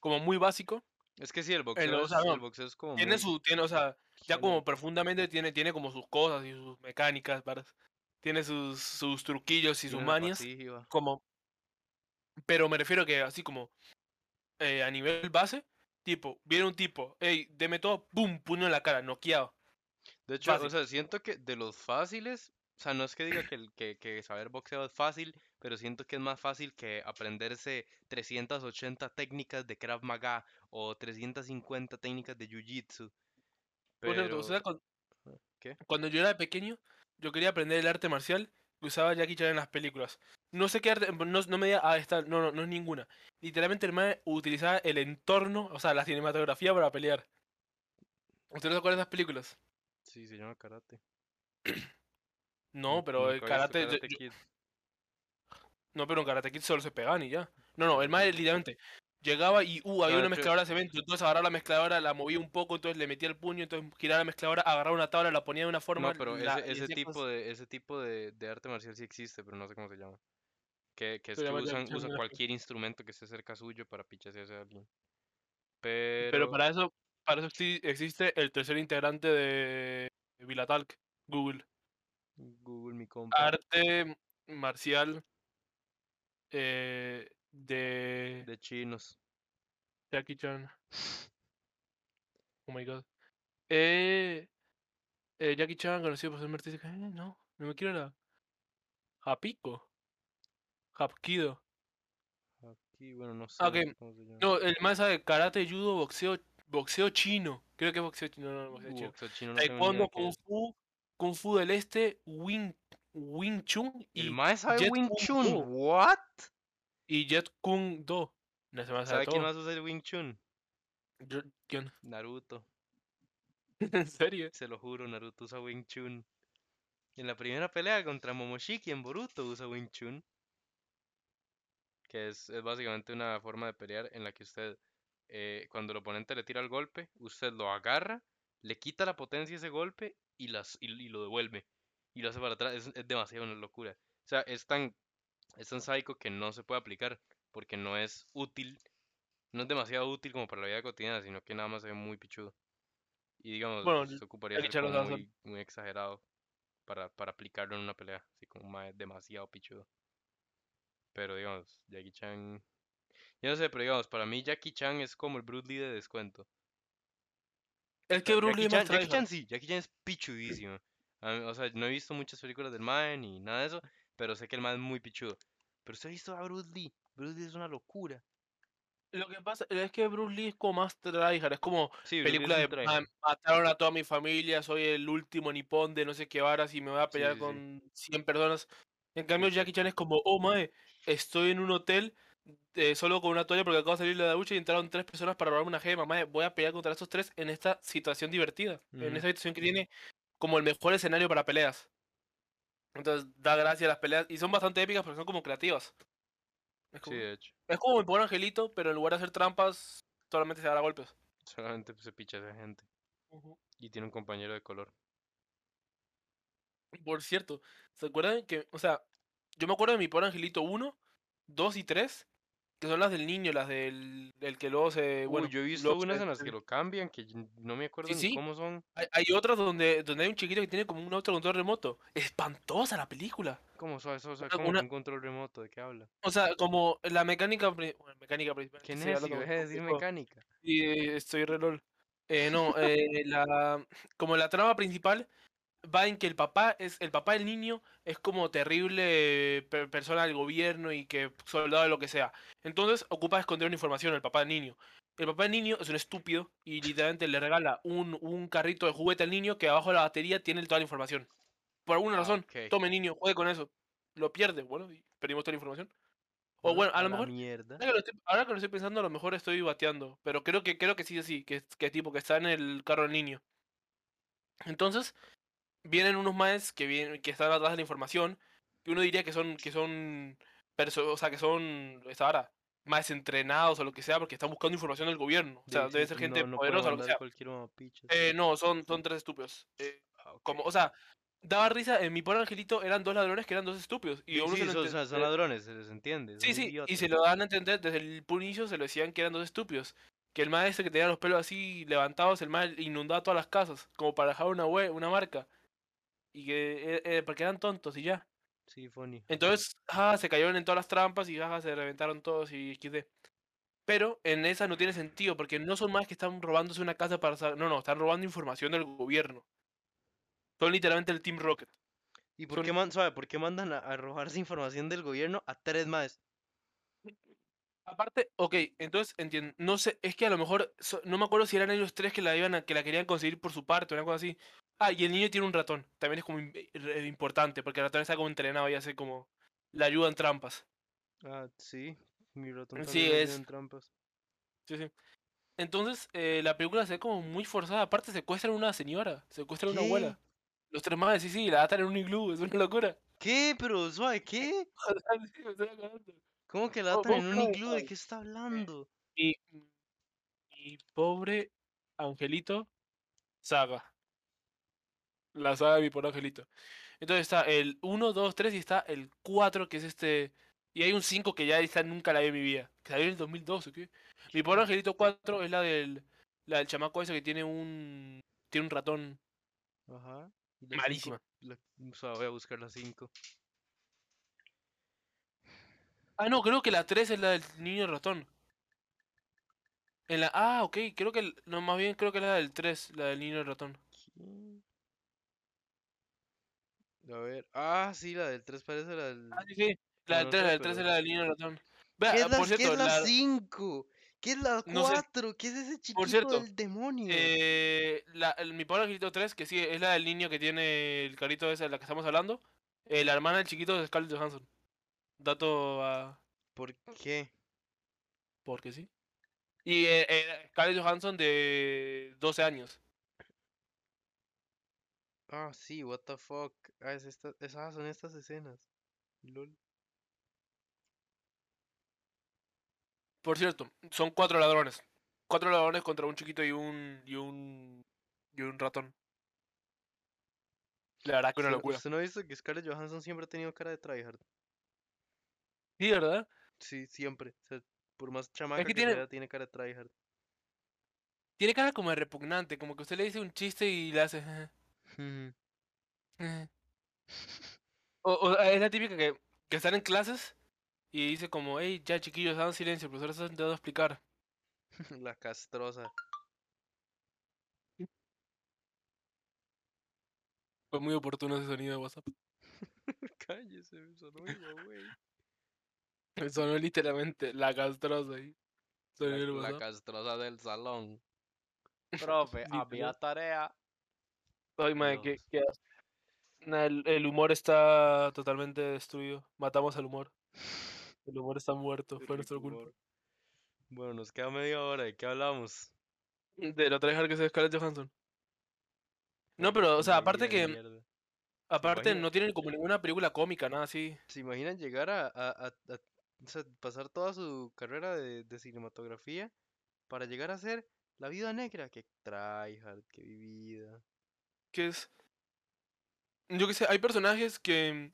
Speaker 2: como muy básico.
Speaker 1: Es que sí, el boxeo,
Speaker 2: o
Speaker 1: es,
Speaker 2: sea, no,
Speaker 1: el boxeo es como
Speaker 2: Tiene
Speaker 1: muy-
Speaker 2: su, tiene, o sea, ya
Speaker 1: tiene-
Speaker 2: como profundamente tiene, tiene como sus cosas y sus mecánicas, varas. Tiene sus, sus truquillos y sus
Speaker 1: tiene la
Speaker 2: manias.
Speaker 1: pasiva.
Speaker 2: Como. Pero me refiero que así como. eh, a nivel base, tipo, viene un tipo, hey, deme todo, pum, puño en la cara, noqueado.
Speaker 1: De hecho, o
Speaker 2: Fácil.
Speaker 1: sea, siento que de los fáciles, o sea, no es que diga que, el- que, que saber boxeo es fácil, pero siento que es más fácil que aprenderse 380 técnicas de Krav Maga o 350 técnicas de Jiu-Jitsu.
Speaker 2: Por cierto, o sea,
Speaker 1: Pero,
Speaker 2: cuan-
Speaker 1: ¿qué?
Speaker 2: Cuando yo era pequeño, yo quería aprender el arte marcial que usaba Jackie Chan en las películas. No sé qué arte, no, no me diga, ah, esta, no, no, no es ninguna. Literalmente el man utilizaba el entorno, o sea, la cinematografía para pelear. ¿Usted no se acuerda de esas películas?
Speaker 1: sí, se llama karate.
Speaker 2: No, pero
Speaker 1: Nunca
Speaker 2: el
Speaker 1: he visto
Speaker 2: karate, yo- yo-
Speaker 1: Kid.
Speaker 2: No, pero en Karate Kid solo se pegaban y ya. No, no, el mal literalmente llegaba y, uh, había
Speaker 1: No,
Speaker 2: una
Speaker 1: yo-
Speaker 2: mezcladora de cemento, entonces agarraba la mezcladora, la movía un poco, entonces le metía el puño, entonces giraba la mezcladora, agarraba una tabla, la ponía de una forma.
Speaker 1: No, pero
Speaker 2: la-
Speaker 1: ese,
Speaker 2: y
Speaker 1: ese
Speaker 2: hacía
Speaker 1: tipo
Speaker 2: cosas.
Speaker 1: de, ese tipo de, de arte marcial sí existe, pero no sé cómo se llama. Que, que es
Speaker 2: Se
Speaker 1: que
Speaker 2: llama Jackie
Speaker 1: usan,
Speaker 2: Chan
Speaker 1: usan
Speaker 2: Kung Fu.
Speaker 1: cualquier instrumento que esté cerca suyo para pichasearse a alguien.
Speaker 2: Pero,
Speaker 1: Pero,
Speaker 2: para eso, para eso sí existe el tercer integrante de Vilatalk, Google.
Speaker 1: Google mi compa.
Speaker 2: Arte marcial eh, de
Speaker 1: De chinos.
Speaker 2: Jackie Chan. Oh my god. Eh, eh, Jackie Chan, conocido por ser un artista. eh, no, no me quiero la. Japico. Japkido.
Speaker 1: Aquí, bueno, no sé
Speaker 2: Ah, ok.
Speaker 1: cómo se llama.
Speaker 2: No, el más sabe karate, judo, boxeo, boxeo chino. Creo que es boxeo chino, no, no, boxeo
Speaker 1: Uh,
Speaker 2: chino.
Speaker 1: boxeo chino no tengo ni idea
Speaker 2: Taekwondo,
Speaker 1: qué
Speaker 2: Kung
Speaker 1: es.
Speaker 2: Fu, Kung Fu del Este, Wing, Wing Chun
Speaker 1: El
Speaker 2: y,
Speaker 1: mae sabe
Speaker 2: Jet
Speaker 1: Wing
Speaker 2: Kune
Speaker 1: Chun.
Speaker 2: Do.
Speaker 1: What?
Speaker 2: y Jet Kune Do. No se me hace
Speaker 1: ¿Sabe quién
Speaker 2: todo.
Speaker 1: más usa el Wing Chun?
Speaker 2: Yo- yo no-
Speaker 1: Naruto.
Speaker 2: ¿En serio?
Speaker 1: Se lo juro, Naruto usa Wing Chun. En la primera pelea contra Momoshiki en Boruto usa Wing Chun. Que es, es básicamente una forma de pelear en la que usted, eh, cuando el oponente le tira el golpe, usted lo agarra, le quita la potencia a ese golpe y, las, y, y lo devuelve. Y lo hace para atrás. Es, es demasiado una locura. O sea, es tan, es tan sádico que no se puede aplicar porque no es útil. No es demasiado útil como para la vida cotidiana, sino que nada más es muy pichudo. Y digamos,
Speaker 2: Bueno,
Speaker 1: se ocuparía
Speaker 2: hay que
Speaker 1: ser
Speaker 2: echarle
Speaker 1: como
Speaker 2: sazón.
Speaker 1: muy, muy exagerado para, para aplicarlo en una pelea, así como mae demasiado pichudo. Pero digamos, Jackie Chan. Yo no sé, pero digamos, para mí Jackie Chan es como el Bruce Lee de descuento.
Speaker 2: Es
Speaker 1: sea,
Speaker 2: que Bruce Lee
Speaker 1: Jackie
Speaker 2: es más
Speaker 1: Chan, Jackie
Speaker 2: tryhard.
Speaker 1: Chan sí, Jackie Chan es pichudísimo. A mí- o sea, no he visto muchas películas del man y nada de eso, pero sé que el man es muy pichudo. Pero usted ha visto a Bruce Lee. Bruce Lee es una locura.
Speaker 2: Lo que pasa es que Bruce Lee es como más tryhard, es como
Speaker 1: Sí, Bruce Lee es
Speaker 2: película
Speaker 1: un
Speaker 2: de
Speaker 1: tryhard.
Speaker 2: "Ah, mataron a toda mi familia, soy el último nipón de no sé qué varas y me voy a pelear
Speaker 1: sí.
Speaker 2: con 100 personas. En cambio,
Speaker 1: sí.
Speaker 2: Jackie Chan es como, oh mae, estoy en un hotel eh, solo con una toalla porque acabo de salir de la ducha y entraron tres personas para robarme una gema. Mae, voy a pelear contra estos tres en esta situación divertida, en
Speaker 1: Ujú.
Speaker 2: esta situación que tiene como el mejor escenario para peleas. Entonces, da gracia las peleas y son bastante épicas porque son como creativas. Es
Speaker 1: Sí, eh.
Speaker 2: como,
Speaker 1: de hecho.
Speaker 2: es como mi pobre angelito, pero en lugar de hacer trampas, solamente se da golpes.
Speaker 1: Solamente pues, se picha esa gente. Y tiene un compañero de color.
Speaker 2: Por cierto, ¿se acuerdan que, o sea, yo me acuerdo de mi pobre angelito 1, 2 y 3, que son las del niño, las del, del que luego se,
Speaker 1: Uy,
Speaker 2: Eh, bueno,
Speaker 1: yo he visto
Speaker 2: luego
Speaker 1: unas
Speaker 2: se-
Speaker 1: en las
Speaker 2: se-
Speaker 1: que lo cambian, que yo no me acuerdo ni
Speaker 2: sí.
Speaker 1: cómo son.
Speaker 2: hay, hay otras donde, donde hay un chiquito que tiene como un autocontrol remoto. Espantosa la película.
Speaker 1: ¿Cómo son eso? O sea,
Speaker 2: Una-
Speaker 1: como que
Speaker 2: una-
Speaker 1: un control remoto, ¿de qué habla?
Speaker 2: o sea, como la mecánica, pri- bueno, mecánica principal,
Speaker 1: ¿Qué
Speaker 2: que estoy hablando
Speaker 1: necio? Deja
Speaker 2: como
Speaker 1: de
Speaker 2: un
Speaker 1: decir
Speaker 2: viejo,
Speaker 1: mecánica.
Speaker 2: y eh, estoy re lol. Eh, no, eh, la, como la trama principal va en que el papá es el papá del niño es como terrible per- persona del gobierno y que soldado de lo que sea. Entonces ocupa esconder una información el papá del niño. El papá del niño es un estúpido y literalmente le regala un, un carrito de juguete al niño que abajo de la batería tiene toda la información. Por alguna
Speaker 1: Ah,
Speaker 2: razón,
Speaker 1: ok.
Speaker 2: tome niño, juegue con eso. Lo pierde, bueno, y perdimos toda la información. O
Speaker 1: Bueno,
Speaker 2: bueno, a lo
Speaker 1: la
Speaker 2: mejor
Speaker 1: mierda.
Speaker 2: Ahora que, lo estoy, ahora que lo estoy pensando, a lo mejor estoy bateando, pero creo que creo que sí, sí, que, es- que tipo que está en el carro del niño. Entonces, vienen unos maes que vienen, que están atrás de la información, que uno diría que son, que son perso- o sea, que son esta hora, maes entrenados o lo que sea, porque están buscando información del gobierno. O sea,
Speaker 1: Debe
Speaker 2: debe
Speaker 1: ser-
Speaker 2: ser gente
Speaker 1: no, no puede
Speaker 2: poderosa o lo que
Speaker 1: mandar
Speaker 2: sea.
Speaker 1: cualquier mamapichas.
Speaker 2: Eh, no, son, son tres estúpidos. Eh,
Speaker 1: Ah, ok.
Speaker 2: como, o sea, daba risa, en mi pobre angelito eran dos ladrones que eran dos estúpidos. Y
Speaker 1: Sí,
Speaker 2: a uno se
Speaker 1: sí,
Speaker 2: lo
Speaker 1: son,
Speaker 2: enten-
Speaker 1: son- son
Speaker 2: eh,
Speaker 1: ladrones, se les entiende,
Speaker 2: Sí,
Speaker 1: son
Speaker 2: sí, y
Speaker 1: idiotas.
Speaker 2: se lo dan a entender desde el puro inicio, se lo decían que eran dos estúpidos. Que el maestro que tenía los pelos así levantados, el mal inundaba todas las casas, como para dejar una hue- una marca. Y que eh, eh, porque eran tontos y ya.
Speaker 1: Sí, funny.
Speaker 2: Entonces, ah, se cayeron en todas las trampas y ah, se reventaron todos y XD. Pero en esa no tiene sentido, porque no son más que están robándose una casa para sa- No, no, están robando información del gobierno. Son literalmente el Team Rocket.
Speaker 1: ¿Y por
Speaker 2: son-
Speaker 1: qué, man, suave, por qué mandan a, a robarse información del gobierno a tres más?
Speaker 2: Aparte, ok, entonces entiendo, no sé, es que a lo mejor, so- no me acuerdo si eran ellos tres que la iban a, que la querían conseguir por su parte o una cosa así. Ah, y el niño tiene un ratón, también es como im- eh, re- importante, porque el ratón está como entrenado y hace como, le ayudan trampas.
Speaker 1: Ah, sí, mi ratón
Speaker 2: Sí,
Speaker 1: también le
Speaker 2: es-
Speaker 1: hacen trampas.
Speaker 2: Sí, sí. Entonces, eh, la película se ve como muy forzada, aparte secuestran a una señora, secuestran a una
Speaker 1: ¿Qué?
Speaker 2: abuela. Los tres madres, sí, sí, la atan en un iglú, es una locura.
Speaker 1: ¿Qué? Pero, suave, ¿qué?
Speaker 2: O sea, sí, me estoy acordando.
Speaker 1: ¿Cómo que la
Speaker 2: Vos-
Speaker 1: atan
Speaker 2: vos
Speaker 1: en un
Speaker 2: sabés,
Speaker 1: iglú? ¿De
Speaker 2: sabés.
Speaker 1: qué está hablando?
Speaker 2: Y mi pobre angelito, Saga. La saga de mi pobre angelito. Entonces está el 1, 2, 3 y está el 4, que es este. Y hay un 5 que ya esta nunca la vi en mi vida. Que salió en el 2012, ¿qué? Mi pobre
Speaker 1: ¿Qué?
Speaker 2: angelito 4 es la del. La del chamaco ese que tiene un. Tiene un ratón.
Speaker 1: Ajá. Y la 5.
Speaker 2: Malísima.
Speaker 1: La... Suave, voy a buscar la 5.
Speaker 2: Ah, no, creo que la 3 es la del niño ratón. En la. Ah, ok, creo que. el- No, más bien creo que es la del 3, la del niño ratón.
Speaker 1: A ver. Ah, sí, la del 3 parece la del.
Speaker 2: Ah, sí, sí. La
Speaker 1: No,
Speaker 2: del 3,
Speaker 1: no
Speaker 2: la
Speaker 1: sé,
Speaker 2: del 3 es
Speaker 1: pero.
Speaker 2: la del niño ratón.
Speaker 1: ¿Qué
Speaker 2: Vea,
Speaker 1: es la,
Speaker 2: por
Speaker 1: qué es
Speaker 2: cierto,
Speaker 1: la
Speaker 2: la.
Speaker 1: 5? ¿Qué es la
Speaker 2: No sé.
Speaker 1: 4? ¿Qué es ese
Speaker 2: Por
Speaker 1: chiquito
Speaker 2: cierto.
Speaker 1: del demonio?
Speaker 2: Eh, la, el- mi pobre angelito 3, que sí, es la del niño que tiene el carito esa de la que estamos hablando. eh, la hermana del chiquito de Scarlett Johansson. Dato a...
Speaker 1: ¿Por
Speaker 2: mm.
Speaker 1: qué?
Speaker 2: Porque sí. Y eh, eh, Scarlett Johansson de 12 años.
Speaker 1: Ah, sí, what the fuck. Ah, es esta- es- ah, son estas escenas. Lol.
Speaker 2: Por cierto, son cuatro ladrones. Cuatro ladrones contra un chiquito y un... Y un... Y un ratón. La verdad que una
Speaker 1: ¿Usted no,
Speaker 2: locura.
Speaker 1: usted no ha visto que Scarlett Johansson siempre ha tenido cara de tryhard?
Speaker 2: Sí, ¿verdad?
Speaker 1: Sí, siempre. O sea, por más
Speaker 2: Es
Speaker 1: chamaca
Speaker 2: que
Speaker 1: que
Speaker 2: tiene,
Speaker 1: sea, tiene cara de tryhard.
Speaker 2: tiene cara como de repugnante. Como que usted le dice un chiste y le hace... "Ajá,
Speaker 1: Ujú.
Speaker 2: ajá". O, o- es la típica que, que están en clases y dice como, hey, ya chiquillos, hagan silencio, el profesor está intentando explicar.
Speaker 1: La castrosa.
Speaker 2: Fue muy oportuno ese sonido de WhatsApp.
Speaker 1: Cállese, Sonoiva, güey.
Speaker 2: Sonó literalmente la castrosa ahí. Sonó el
Speaker 1: La, la
Speaker 2: WhatsApp.
Speaker 1: castrosa del salón. Profe, había tarea.
Speaker 2: Ay, madre, qué,
Speaker 1: Dios.
Speaker 2: qué asco. Nah, el, el humor está totalmente destruido. Matamos al humor. El humor está muerto. Fue nuestra culpa.
Speaker 1: Rigor. Bueno, nos queda media hora. ¿De qué hablamos?
Speaker 2: De lo traje que sea Scarlett Johansson. No,
Speaker 1: Puta,
Speaker 2: pero, o sea,
Speaker 1: qué
Speaker 2: aparte
Speaker 1: vida
Speaker 2: que,
Speaker 1: de mierda.
Speaker 2: aparte
Speaker 1: imaginas?
Speaker 2: no tienen como ninguna película cómica, nada así.
Speaker 1: ¿Se imaginan llegar a, a- a- a- o sea, pasar toda su carrera de, de cinematografía para llegar a ser La Vida Negra? Que tryhard, que vivida.
Speaker 2: Que es. Yo qué sé, hay personajes que,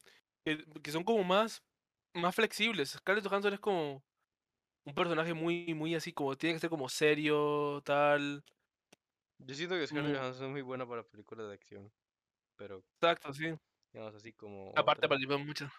Speaker 2: que, que son como más, más flexibles. Scarlett Johansson es como un personaje muy, muy así, como tiene que ser como serio, tal.
Speaker 1: Yo siento que Scarlett
Speaker 2: Mm.
Speaker 1: Johansson es muy buena para películas de acción, pero
Speaker 2: Exacto, sí.
Speaker 1: digamos así como
Speaker 2: Aparte
Speaker 1: otras.
Speaker 2: participó en muchas.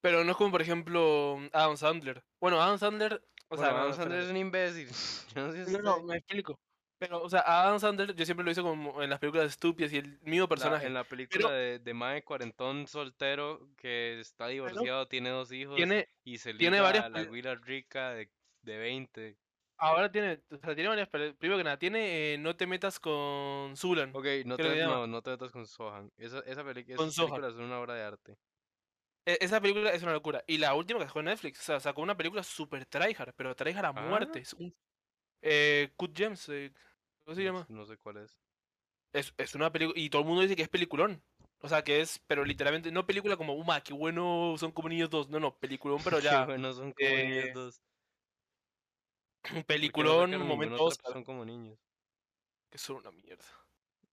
Speaker 2: Pero no es como, por ejemplo, Adam Sandler. Bueno, Adam Sandler. O sea,
Speaker 1: Bueno,
Speaker 2: no,
Speaker 1: Adam
Speaker 2: no,
Speaker 1: Sandler este
Speaker 2: espérate.
Speaker 1: es un imbécil. Yo no sé si
Speaker 2: No, no,
Speaker 1: usted-
Speaker 2: me explico. Pero, o sea, a Adam Sandler yo siempre lo hice como en las películas estúpidas y el mismo
Speaker 1: la-
Speaker 2: personaje.
Speaker 1: en la película de, de Mae Cuarentón soltero que está divorciado, tiene dos hijos
Speaker 2: tiene,
Speaker 1: y se
Speaker 2: tiene
Speaker 1: liga
Speaker 2: varias
Speaker 1: a la
Speaker 2: pel-
Speaker 1: güila rica de, de 20.
Speaker 2: ahora tiene, o sea, tiene varias pele- Primero que nada, tiene eh, No te metas con Zulan.
Speaker 1: Ok, no
Speaker 2: Creo que
Speaker 1: te,
Speaker 2: se llama.
Speaker 1: no, no te metas con Sohan. Esa, esa peli-
Speaker 2: Con
Speaker 1: esas
Speaker 2: Sohan.
Speaker 1: películas son una obra de arte.
Speaker 2: E- esa película es una locura. Y la última que sacó en Netflix, o sea, sacó una película súper tryhard, pero tryhard a
Speaker 1: Ah.
Speaker 2: muerte. Es un... Eh, Cut Gems, eh, ¿cómo se
Speaker 1: No,
Speaker 2: llama?
Speaker 1: s- no sé cuál es.
Speaker 2: Es, es una película, y todo el mundo dice que es peliculón. O sea, que es, pero literalmente, no película como, uma, qué bueno, son como niños dos. No, no, peliculón, pero
Speaker 1: Qué
Speaker 2: ya,
Speaker 1: buenos son como niños
Speaker 2: eh,
Speaker 1: dos. ¿Por qué no
Speaker 2: peliculón,
Speaker 1: sacaron ninguna
Speaker 2: momento
Speaker 1: otra?
Speaker 2: Oscar,
Speaker 1: Son como niños.
Speaker 2: que son una mierda.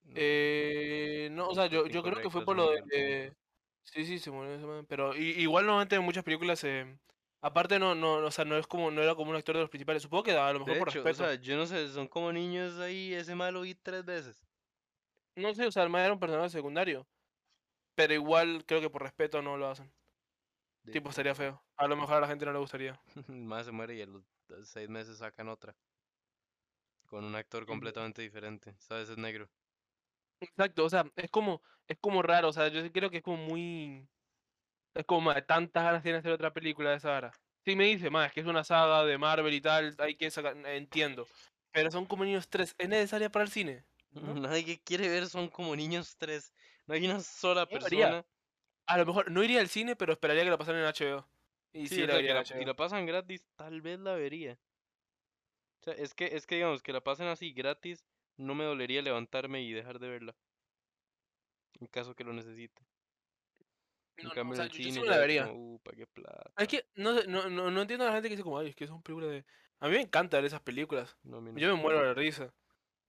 Speaker 1: No, este
Speaker 2: Eh, no, o sea, yo, yo creo que fue
Speaker 1: Incorrecto,
Speaker 2: por
Speaker 1: es
Speaker 2: lo
Speaker 1: una
Speaker 2: de...
Speaker 1: mierda.
Speaker 2: de- Sí, sí, se murió ese man, Pero i- igual normalmente en muchas películas... eh, Aparte no, no, o sea, no es como, no era como un actor de los principales. Supongo que a lo mejor
Speaker 1: De
Speaker 2: por
Speaker 1: hecho, o
Speaker 2: respeto.
Speaker 1: sea, yo no sé, son como niños ahí, ese malo vi tres veces.
Speaker 2: No sé, o sea, el man era un personaje secundario. Pero igual creo que por respeto no lo hacen.
Speaker 1: De-
Speaker 2: Tipo, estaría feo. A lo mejor a la gente no le gustaría.
Speaker 1: El mae se muere y a los a- seis meses sacan otra. Con un actor
Speaker 2: Ujú.
Speaker 1: completamente diferente. Esta vez es negro.
Speaker 2: Exacto, o sea, es como, es como raro, o sea, yo sí creo que es como muy, es como, madre, tantas ganas tiene hacer otra película de esa hora. Sí me dice, más, que es una saga de Marvel y tal, hay que sacar, entiendo, pero son como niños tres, ¿es necesaria para el cine? ¿No?
Speaker 1: Nadie quiere ver, son como niños tres. No hay una sola
Speaker 2: Yo lo haría.
Speaker 1: persona.
Speaker 2: A lo mejor no iría al cine, pero esperaría que la pasaran en HBO. Y
Speaker 1: Sí,
Speaker 2: sí,
Speaker 1: o
Speaker 2: la
Speaker 1: sea,
Speaker 2: vería
Speaker 1: que
Speaker 2: en
Speaker 1: la- si
Speaker 2: HBO.
Speaker 1: la pasan gratis, tal vez la vería. O sea, es que, es que digamos, que la pasen así gratis, no me dolería levantarme y dejar de verla. En caso que lo necesite. En
Speaker 2: No, no,
Speaker 1: cambio,
Speaker 2: o sea,
Speaker 1: en
Speaker 2: yo,
Speaker 1: el
Speaker 2: yo sí
Speaker 1: cine
Speaker 2: me
Speaker 1: ya
Speaker 2: la
Speaker 1: es
Speaker 2: vería.
Speaker 1: como, uh, pa' qué plata.
Speaker 2: Es que no, sé, no, no, no entiendo a la gente que dice como, ay, es que son películas de... A mí me encanta ver esas películas.
Speaker 1: No, a mí no.
Speaker 2: Yo me muero de la risa.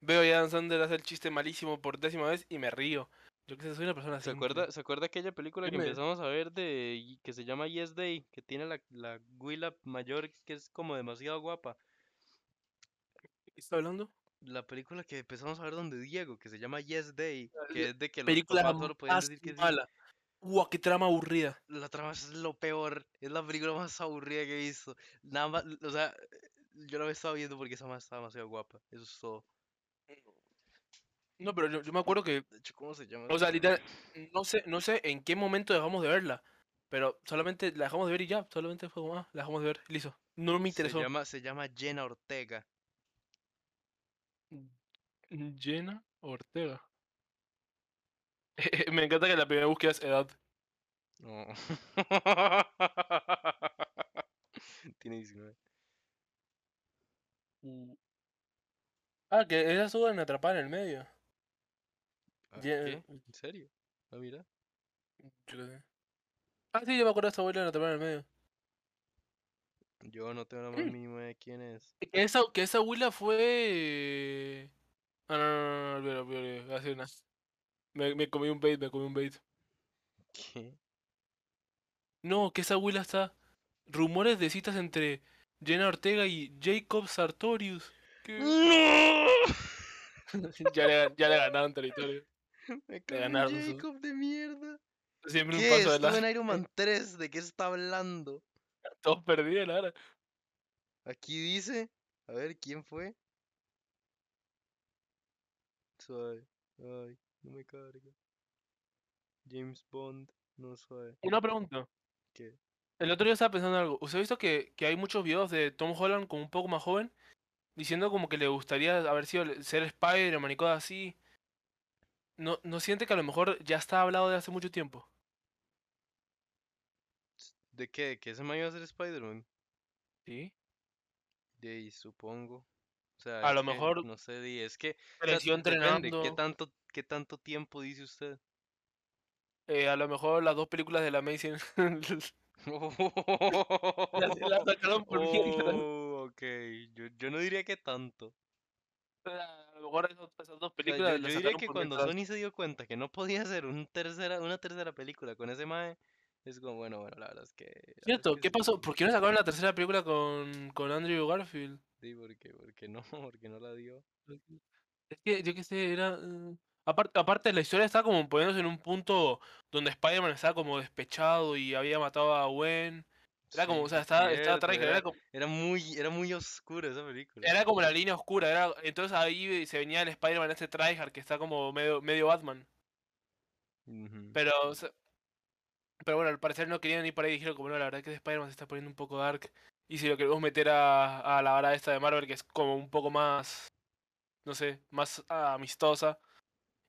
Speaker 2: Veo a Dan Sandler hacer el chiste malísimo por décima vez y me río. Yo que sé, soy una persona
Speaker 1: ¿Se
Speaker 2: simple.
Speaker 1: acuerda, ¿Se acuerda aquella película que
Speaker 2: Dime.
Speaker 1: empezamos a ver de y- que se llama Yes Day? Que tiene la, la güila mayor que es como demasiado guapa.
Speaker 2: ¿Qué está hablando?
Speaker 1: La película que empezamos a ver donde Diego, que se llama Yes Day,
Speaker 2: La
Speaker 1: que es de que los
Speaker 2: película
Speaker 1: papás solo podían
Speaker 2: más
Speaker 1: decir que sí.
Speaker 2: mala. Uah, qué trama aburrida.
Speaker 1: La trama es lo peor, es la película más aburrida que he visto. Nada más, o sea, yo la estaba viendo porque esa más estaba demasiado guapa. Eso es todo.
Speaker 2: No, pero yo, yo me acuerdo que,
Speaker 1: De hecho, ¿cómo se llama?
Speaker 2: o sea,
Speaker 1: esa
Speaker 2: literal, no sé, no sé en qué momento dejamos de verla, pero solamente la dejamos de ver y ya, solamente fue como, ah, la dejamos de ver, listo. No me
Speaker 1: Se
Speaker 2: interesó.
Speaker 1: llama, se llama Jenna Ortega.
Speaker 2: Jenna Ortega. Me encanta que la primera búsqueda es edad.
Speaker 1: No. Tiene 19.
Speaker 2: Mm. Ah, que ella estuvo en atrapada en el medio.
Speaker 1: Ah,
Speaker 2: Ye- eh,
Speaker 1: ¿Qué? ¿En serio? Ah, mira.
Speaker 2: yo qué sé. Ah, sí, yo me acuerdo de esta abuela en atrapada en el medio.
Speaker 1: Yo no tengo la más
Speaker 2: Mm.
Speaker 1: mínima idea de quién es.
Speaker 2: Que esa, que esa abuela fue. Ah, no, no, no, no, olvídalo, olvídalo, olvídalo, hace una- Me, me comí un bait, me comí un bait.
Speaker 1: ¿Qué?
Speaker 2: No, que esa abuela está. Rumores de citas entre Jenna Ortega y Jacob Sartorius. Que-
Speaker 1: Mm. ¡No!
Speaker 2: ya le, ya le ganaron territorio.
Speaker 1: Me
Speaker 2: Le
Speaker 1: cago en
Speaker 2: ganaron sus-
Speaker 1: Jacob de mierda.
Speaker 2: Siempre un
Speaker 1: ¿Qué?
Speaker 2: paso
Speaker 1: Estuvo
Speaker 2: adelante.
Speaker 1: en Iron Man 3. ¿De qué está hablando?
Speaker 2: Todos perdidos, la verdad.
Speaker 1: Aquí dice, a ver quién fue. Suave, ay, no me carga. James Bond, No suave.
Speaker 2: Una pregunta.
Speaker 1: ¿Qué?
Speaker 2: El otro día estaba pensando en algo. ¿Usted ha visto que, que hay muchos videos de Tom Holland como un poco más joven? Diciendo como que le gustaría haber sido el- ser Spider-Man y cosas así. ¿No, ¿No siente que a lo mejor ya está hablado de hace mucho tiempo?
Speaker 1: ¿De qué? ¿Que ese man iba a ser Spider-Man?
Speaker 2: Sí.
Speaker 1: De ahí, supongo. O sea,
Speaker 2: A
Speaker 1: es
Speaker 2: lo
Speaker 1: que,
Speaker 2: mejor
Speaker 1: no sé, di, es que, o sea,
Speaker 2: Creció
Speaker 1: depende, ¿qué
Speaker 2: entrenando.
Speaker 1: tanto, qué tanto tiempo dice usted?
Speaker 2: eh, a lo mejor las dos películas de la Amazing las, las sacaron por mientras.
Speaker 1: Oh, ok, yo, yo no diría que tanto. O
Speaker 2: A lo mejor esas, esas dos
Speaker 1: sea,
Speaker 2: películas
Speaker 1: yo, yo
Speaker 2: las
Speaker 1: diría
Speaker 2: sacaron
Speaker 1: que
Speaker 2: por
Speaker 1: cuando
Speaker 2: mientras.
Speaker 1: Sony se dio cuenta que no podía hacer un tercera, una tercera película con ese mae, es como, bueno, bueno, la verdad es que... la verdad es
Speaker 2: Cierto,
Speaker 1: que
Speaker 2: ¿qué
Speaker 1: sí,
Speaker 2: pasó? ¿Por qué no sacaron la tercera película con, con Andrew Garfield?
Speaker 1: Sí, porque, porque no, porque no la dio.
Speaker 2: Es que, yo qué sé, era... eh, Aparte, aparte, la historia estaba como poniéndose en un punto donde Spider-Man estaba como despechado y había matado a Gwen. Era como, o sea,
Speaker 1: Sí,
Speaker 2: estaba, estaba
Speaker 1: cierto,
Speaker 2: trágica,
Speaker 1: era,
Speaker 2: era como,
Speaker 1: era muy, era muy oscura esa película.
Speaker 2: era como la línea oscura. Era, entonces ahí ve- se venía el Spider-Man este tryhard que está como medio, medio Batman.
Speaker 1: Ujú.
Speaker 2: Pero, o sea, pero bueno, al parecer no querían ir por ahí y dijeron como, no, la verdad que Spider-Man se está poniendo un poco dark. Y si lo queremos meter a, a la vara esta de Marvel, que es como un poco más, no sé, más ah, amistosa.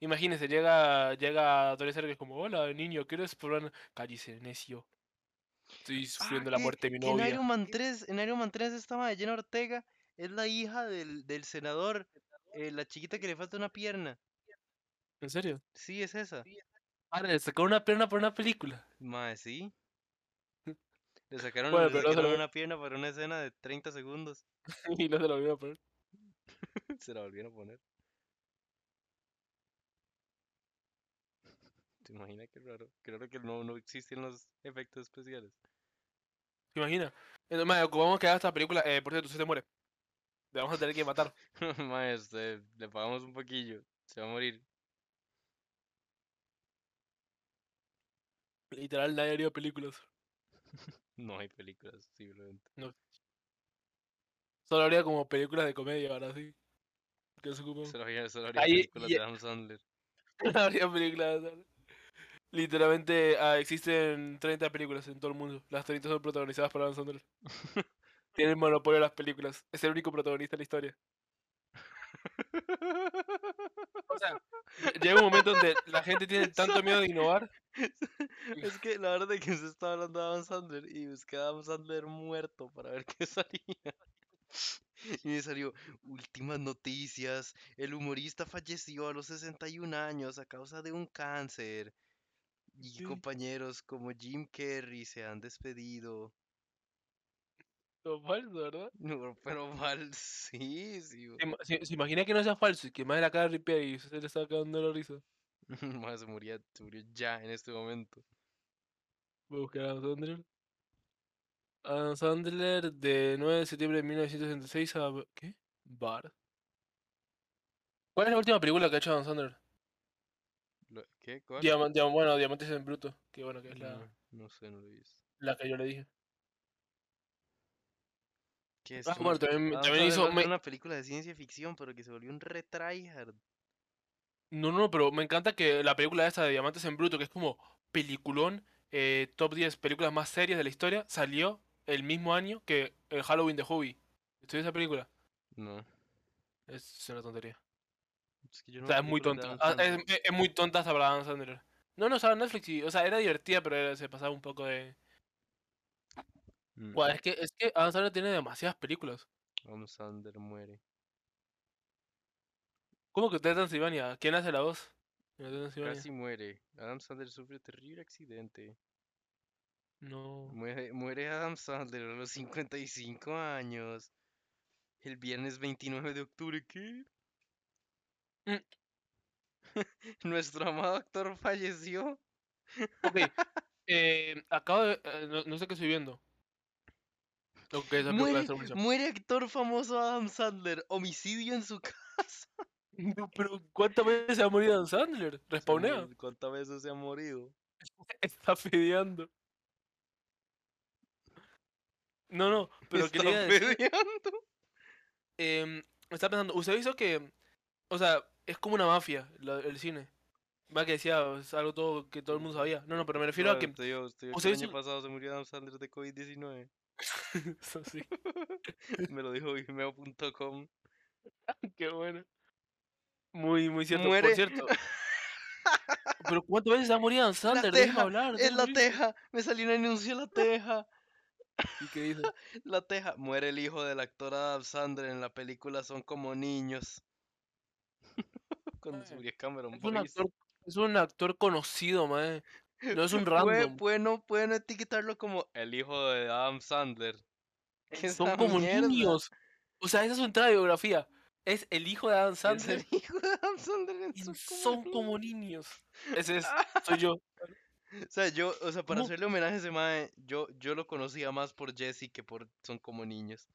Speaker 2: Imagínense, llega, llega Tony Stark y es como, hola niño, ¿quieres explorar? Cállese, necio. Estoy
Speaker 1: Ah,
Speaker 2: sufriendo la
Speaker 1: que,
Speaker 2: muerte de mi
Speaker 1: que en
Speaker 2: novia.
Speaker 1: Iron Man 3, en Iron Man 3 esta madre, Jenna Ortega, es la hija del, del senador, eh, la chiquita que le falta una pierna.
Speaker 2: ¿En serio?
Speaker 1: Sí, es esa.
Speaker 2: Ahora le sacaron una pierna para una película.
Speaker 1: Mae, sí. Le sacaron,
Speaker 2: Bueno,
Speaker 1: le
Speaker 2: pero no se lo
Speaker 1: sacaron
Speaker 2: voy-
Speaker 1: una pierna para una escena de 30 segundos.
Speaker 2: Y no se lo vino a poner.
Speaker 1: Se la volvieron a poner. ¿Te imaginas qué raro? Qué raro que no, no existen los efectos especiales.
Speaker 2: ¿Te imaginas? Entonces, madre, ocupamos que haga esta película. Eh, por cierto, usted te muere. Le vamos a tener que matar.
Speaker 1: Mae, este, le pagamos un poquillo. Se va a morir.
Speaker 2: Literal, nadie haría películas.
Speaker 1: No hay películas, simplemente.
Speaker 2: Solo habría como películas de comedia ahora sí. Que se ocupan.
Speaker 1: Solo había, solo habría
Speaker 2: Ahí-
Speaker 1: películas
Speaker 2: y-
Speaker 1: de Adam Sandler.
Speaker 2: habría películas. ¿sabes? Literalmente ah, existen 30 películas en todo el mundo. Las 30 son protagonizadas por Adam Sandler. Tiene el monopolio de las películas. Es el único protagonista de la historia. O sea, lle- llega un momento donde la gente tiene tanto miedo de innovar.
Speaker 1: Es que la verdad es que se está hablando de Adam Sandler y busqué a Adam Sandler muerto para ver qué salía. Y me salió, últimas noticias, el humorista falleció a los 61 años a causa de un cáncer. Y
Speaker 2: Sí.
Speaker 1: compañeros como Jim Carrey se han despedido.
Speaker 2: Lo falso, ¿verdad?
Speaker 1: No, pero mal, sí, sí. bo-
Speaker 2: Se, ima- se- se imagina que no sea falso y que más de la cara ripea y se le está cagando la risa.
Speaker 1: Mae, se murió, se murió ya en este momento.
Speaker 2: Voy a buscar a Adam Sandler. Adam Sandler de 9 de septiembre de 1966 a... Ba- ¿Qué? Bar. ¿Cuál es la última película que ha hecho Adam Sandler?
Speaker 1: Lo- ¿Qué? ¿Cuál?
Speaker 2: Diaman- diam- bueno, Diamantes en Bruto. Que bueno, que es la,
Speaker 1: No, no sé, no lo he visto.
Speaker 2: la que yo le dije.
Speaker 1: ¿Qué es?
Speaker 2: Ah, bueno, también,
Speaker 1: Adam
Speaker 2: también
Speaker 1: Sandler va a
Speaker 2: hizo...
Speaker 1: hacer
Speaker 2: me-
Speaker 1: una película de ciencia ficción, pero que se volvió un re tryhard.
Speaker 2: No, no, pero me encanta que la película esta de Diamantes en Bruto, que es como peliculón, eh, top 10 películas más serias de la historia, salió el mismo año que el Halloween de Hobby. ¿Estudió esa película?
Speaker 1: No,
Speaker 2: Es una tontería.
Speaker 1: es que yo
Speaker 2: O
Speaker 1: no
Speaker 2: sea,
Speaker 1: veo
Speaker 2: es muy
Speaker 1: películas de
Speaker 2: tonta.
Speaker 1: Adam
Speaker 2: Ah, Es,
Speaker 1: Sandler.
Speaker 2: es- es muy tonta hasta para Adam Sandler. No, no, estaba en Netflix y, o sea, era divertida, pero era- se pasaba un poco de...
Speaker 1: Mm,
Speaker 2: Guau, es que, es que Adam Sandler tiene demasiadas películas.
Speaker 1: Adam Sandler muere.
Speaker 2: ¿Cómo que Hotel Transilvania? ¿Quién hace la voz? en Hotel Transilvania?
Speaker 1: Casi muere. Adam Sandler sufre terrible accidente.
Speaker 2: No.
Speaker 1: Muere, muere Adam Sandler a los 55 años. El viernes 29 de octubre, ¿qué?
Speaker 2: Mm.
Speaker 1: Mm. Nuestro amado actor falleció.
Speaker 2: Ok, eh, acabo de... eh, no, no sé qué estoy viendo. Ok, esa película
Speaker 1: Muere,
Speaker 2: está muy chapa.
Speaker 1: muere actor famoso Adam Sandler. Homicidio en su casa.
Speaker 2: No, pero ¿cuántas veces se ha morido Adam Sandler?
Speaker 1: Se ha
Speaker 2: Respawnea.
Speaker 1: morido, ¿Cuántas veces se ha morido?
Speaker 2: Está fideando. No, no, pero
Speaker 1: Está
Speaker 2: ¿qué le iba a decir?
Speaker 1: fedeando.
Speaker 2: Em, estaba pensando, usted hizo que, o sea, es como una mafia la- el cine. Va que decía, es algo todo, que todo el mundo sabía. No, no, pero me refiero a
Speaker 1: Mae,
Speaker 2: que.
Speaker 1: Usted vio, usted vio
Speaker 2: o
Speaker 1: que
Speaker 2: sea,
Speaker 1: el
Speaker 2: es
Speaker 1: año
Speaker 2: un-
Speaker 1: pasado se murió Adam Sandler de COVID-19.
Speaker 2: Eso sí,
Speaker 1: Me lo dijo Vimeo.com.
Speaker 2: qué bueno. Muy, muy cierto.
Speaker 1: Muere.
Speaker 2: Por cierto. Pero ¿cuántas veces ha morido Adam Sandler? Déjame
Speaker 1: teja,
Speaker 2: hablar.
Speaker 1: ¡Es
Speaker 2: déjame
Speaker 1: la
Speaker 2: morir.
Speaker 1: teja! ¡Me salió un anuncio la teja!
Speaker 2: ¿Y qué dice?
Speaker 1: La teja. Muere el hijo del actor Adam Sandler en la película Son como niños. Cuando se
Speaker 2: Mae,
Speaker 1: murió Cameron
Speaker 2: Es un
Speaker 1: Boyce.
Speaker 2: actor, es un actor conocido, mae. No es un random.
Speaker 1: Bueno, pueden etiquetarlo como el hijo de Adam Sandler. ¿Qué es
Speaker 2: Son
Speaker 1: pues esa
Speaker 2: como
Speaker 1: mierda?
Speaker 2: niños. O sea, esa es su entrada de biografía. Es el hijo de Adam
Speaker 1: Es
Speaker 2: Sandler.
Speaker 1: el hijo de Adam Sandler en
Speaker 2: y
Speaker 1: Son
Speaker 2: son
Speaker 1: como niños.
Speaker 2: como niños. Ese es, soy yo.
Speaker 1: O sea, yo, o sea, para
Speaker 2: ¿Cómo?
Speaker 1: hacerle homenaje a ese mae, yo, yo lo conocía más por Jesse que por Son como niños.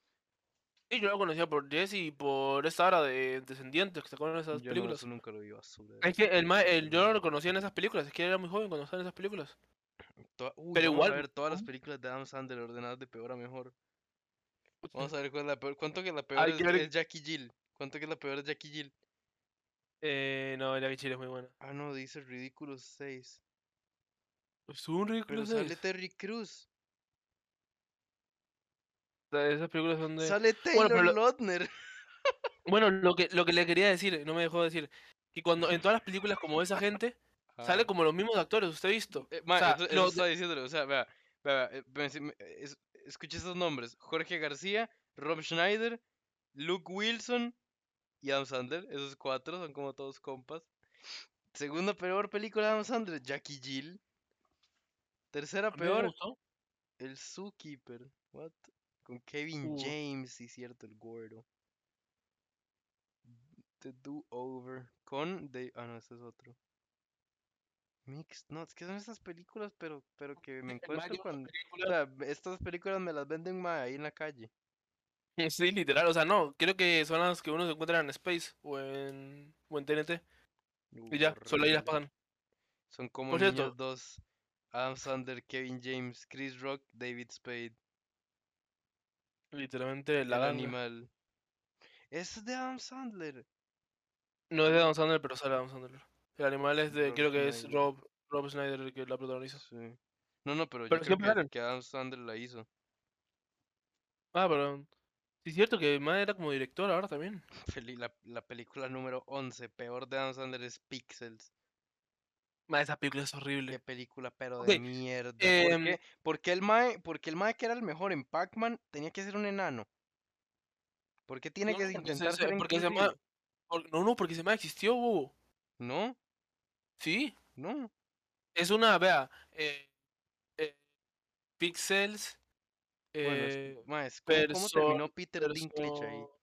Speaker 2: Y yo lo conocía por Jesse y por esta hora de Descendientes que sacaron esas
Speaker 1: Yo no,
Speaker 2: películas.
Speaker 1: eso nunca lo vi basura.
Speaker 2: Es que el, ma- el- yo lo reconocía en esas películas, es que era muy joven cuando estaba en esas películas.
Speaker 1: Toda- uy,
Speaker 2: pero
Speaker 1: vamos a
Speaker 2: igual,
Speaker 1: ver todas las
Speaker 2: ¿cómo?
Speaker 1: películas de Adam Sandler ordenadas de peor a mejor. Vamos a ver cuál es la peor. ¿Cuánto que la peor
Speaker 2: Hay
Speaker 1: es,
Speaker 2: que ver-
Speaker 1: es Jackie Jill? ¿Cuánto que la peor es Jackie Jill?
Speaker 2: Eh, no, el Chile es muy buena.
Speaker 1: Ah, no, dice Ridículos 6. Pues
Speaker 2: Es un ridículo
Speaker 1: Pero
Speaker 2: ese.
Speaker 1: sale Terry Cruz.
Speaker 2: de Esas películas son de-
Speaker 1: Sale
Speaker 2: pero
Speaker 1: Taylor
Speaker 2: lo-
Speaker 1: Lautner.
Speaker 2: Bueno, lo que, lo que le quería decir, no me dejó decir, que cuando en todas las películas como esa gente, sale como los mismos actores, usted ha visto.
Speaker 1: Eh, mae,
Speaker 2: sea,
Speaker 1: eso, eso
Speaker 2: lo de-
Speaker 1: estaba diciéndolo. O sea, vea, vea, vea, eh, me- si me- eh, es- escuché esos nombres: Jorge García, Rob Schneider, Luke Wilson y Adam Sandler. Esos cuatro son como todos compas. Segunda peor película de Adam Sandler: Jackie Jill. Tercera
Speaker 2: A mí me
Speaker 1: peor:
Speaker 2: gustó.
Speaker 1: El Zookeeper. What? Con Kevin
Speaker 2: Uh.
Speaker 1: James, sí, cierto, el gordo. The Do Over. Con. De... Ah, no, ese es otro. Mixed Nuts. ¿Qué son estas películas? Pero, pero que me
Speaker 2: El Mario
Speaker 1: encuentro
Speaker 2: en las
Speaker 1: cuando. O
Speaker 2: películas-
Speaker 1: sea, estas películas me las venden ma, ahí en la calle.
Speaker 2: Sí, literal, o sea, no, creo que son las que uno se encuentra en Space o en, o en TNT.
Speaker 1: Uh,
Speaker 2: Y ya, solo ahí las
Speaker 1: horrible.
Speaker 2: pagan.
Speaker 1: Son como
Speaker 2: Por
Speaker 1: niños
Speaker 2: cierto-
Speaker 1: dos. Adam Sandler, Kevin James, Chris Rock, David Spade,
Speaker 2: Literalmente la
Speaker 1: el
Speaker 2: ganga.
Speaker 1: animal. Ese es de Adam Sandler.
Speaker 2: No es de Adam Sandler, pero sale Adam Sandler. El animal es de,
Speaker 1: Rob
Speaker 2: creo que es
Speaker 1: Schneider.
Speaker 2: Rob, Rob Schneider el que la protagoniza.
Speaker 1: Sí. No, no, pero yo
Speaker 2: Pero
Speaker 1: creo
Speaker 2: siempre
Speaker 1: que-
Speaker 2: salen.
Speaker 1: que Adam Sandler la hizo.
Speaker 2: Ah, pero sí es cierto que Mae era como director ahora también.
Speaker 1: Peli- la, la película número 11, peor de Adam Sandler es Pixels.
Speaker 2: Mae, esa película es
Speaker 1: Qué
Speaker 2: horrible.
Speaker 1: película, pero
Speaker 2: Ok,
Speaker 1: de mierda. ¿Por
Speaker 2: em,
Speaker 1: qué? Porque el mae, porque el mae que era el mejor en Pac-Man tenía que ser un enano. ¿Por qué tiene
Speaker 2: No,
Speaker 1: que
Speaker 2: no, porque se-
Speaker 1: intentar
Speaker 2: se-
Speaker 1: ser
Speaker 2: porque se
Speaker 1: inclusivo?
Speaker 2: llama- por- no, no, porque se Mae existió, bobo.
Speaker 1: No,
Speaker 2: Sí,
Speaker 1: no.
Speaker 2: es una, vea, eh, eh, Pixels,
Speaker 1: Bueno, es-
Speaker 2: eh,
Speaker 1: mae, es como- ¿cómo,
Speaker 2: perso-
Speaker 1: terminó Peter Dinklage ahí?
Speaker 2: perso-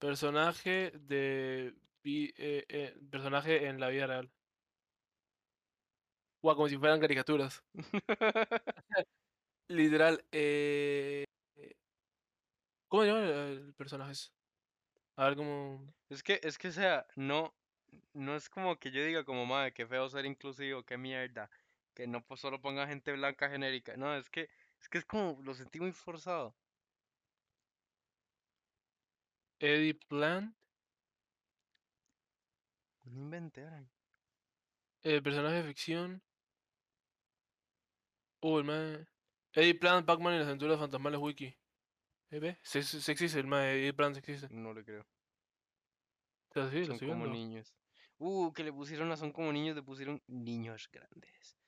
Speaker 2: personaje de vi- eh, eh, personaje en la vida real. Guau, como si fueran caricaturas. Literal, eh, eh, ¿cómo se llama el, el personaje? ese? A ver cómo.
Speaker 1: Es que, es que, o sea, no, no es como que yo diga como, madre, qué feo ser inclusivo, qué mierda, que no po- solo ponga gente blanca genérica. No, es que, es que es como, lo sentí muy forzado.
Speaker 2: Eddie Plant,
Speaker 1: No inventé, Aran.
Speaker 2: eh, personaje de ficción. Uh, el mae. Eddie Plant, Pac-Man y las aventuras fantasmales Wiki. Eh, ve, Se, se- se existe el mae, Eddie Plant se existe.
Speaker 1: No le creo.
Speaker 2: O sea, sí, lo
Speaker 1: Son
Speaker 2: estoy
Speaker 1: como
Speaker 2: viendo.
Speaker 1: niños. Uh, que le pusieron a son como niños, le pusieron niños grandes.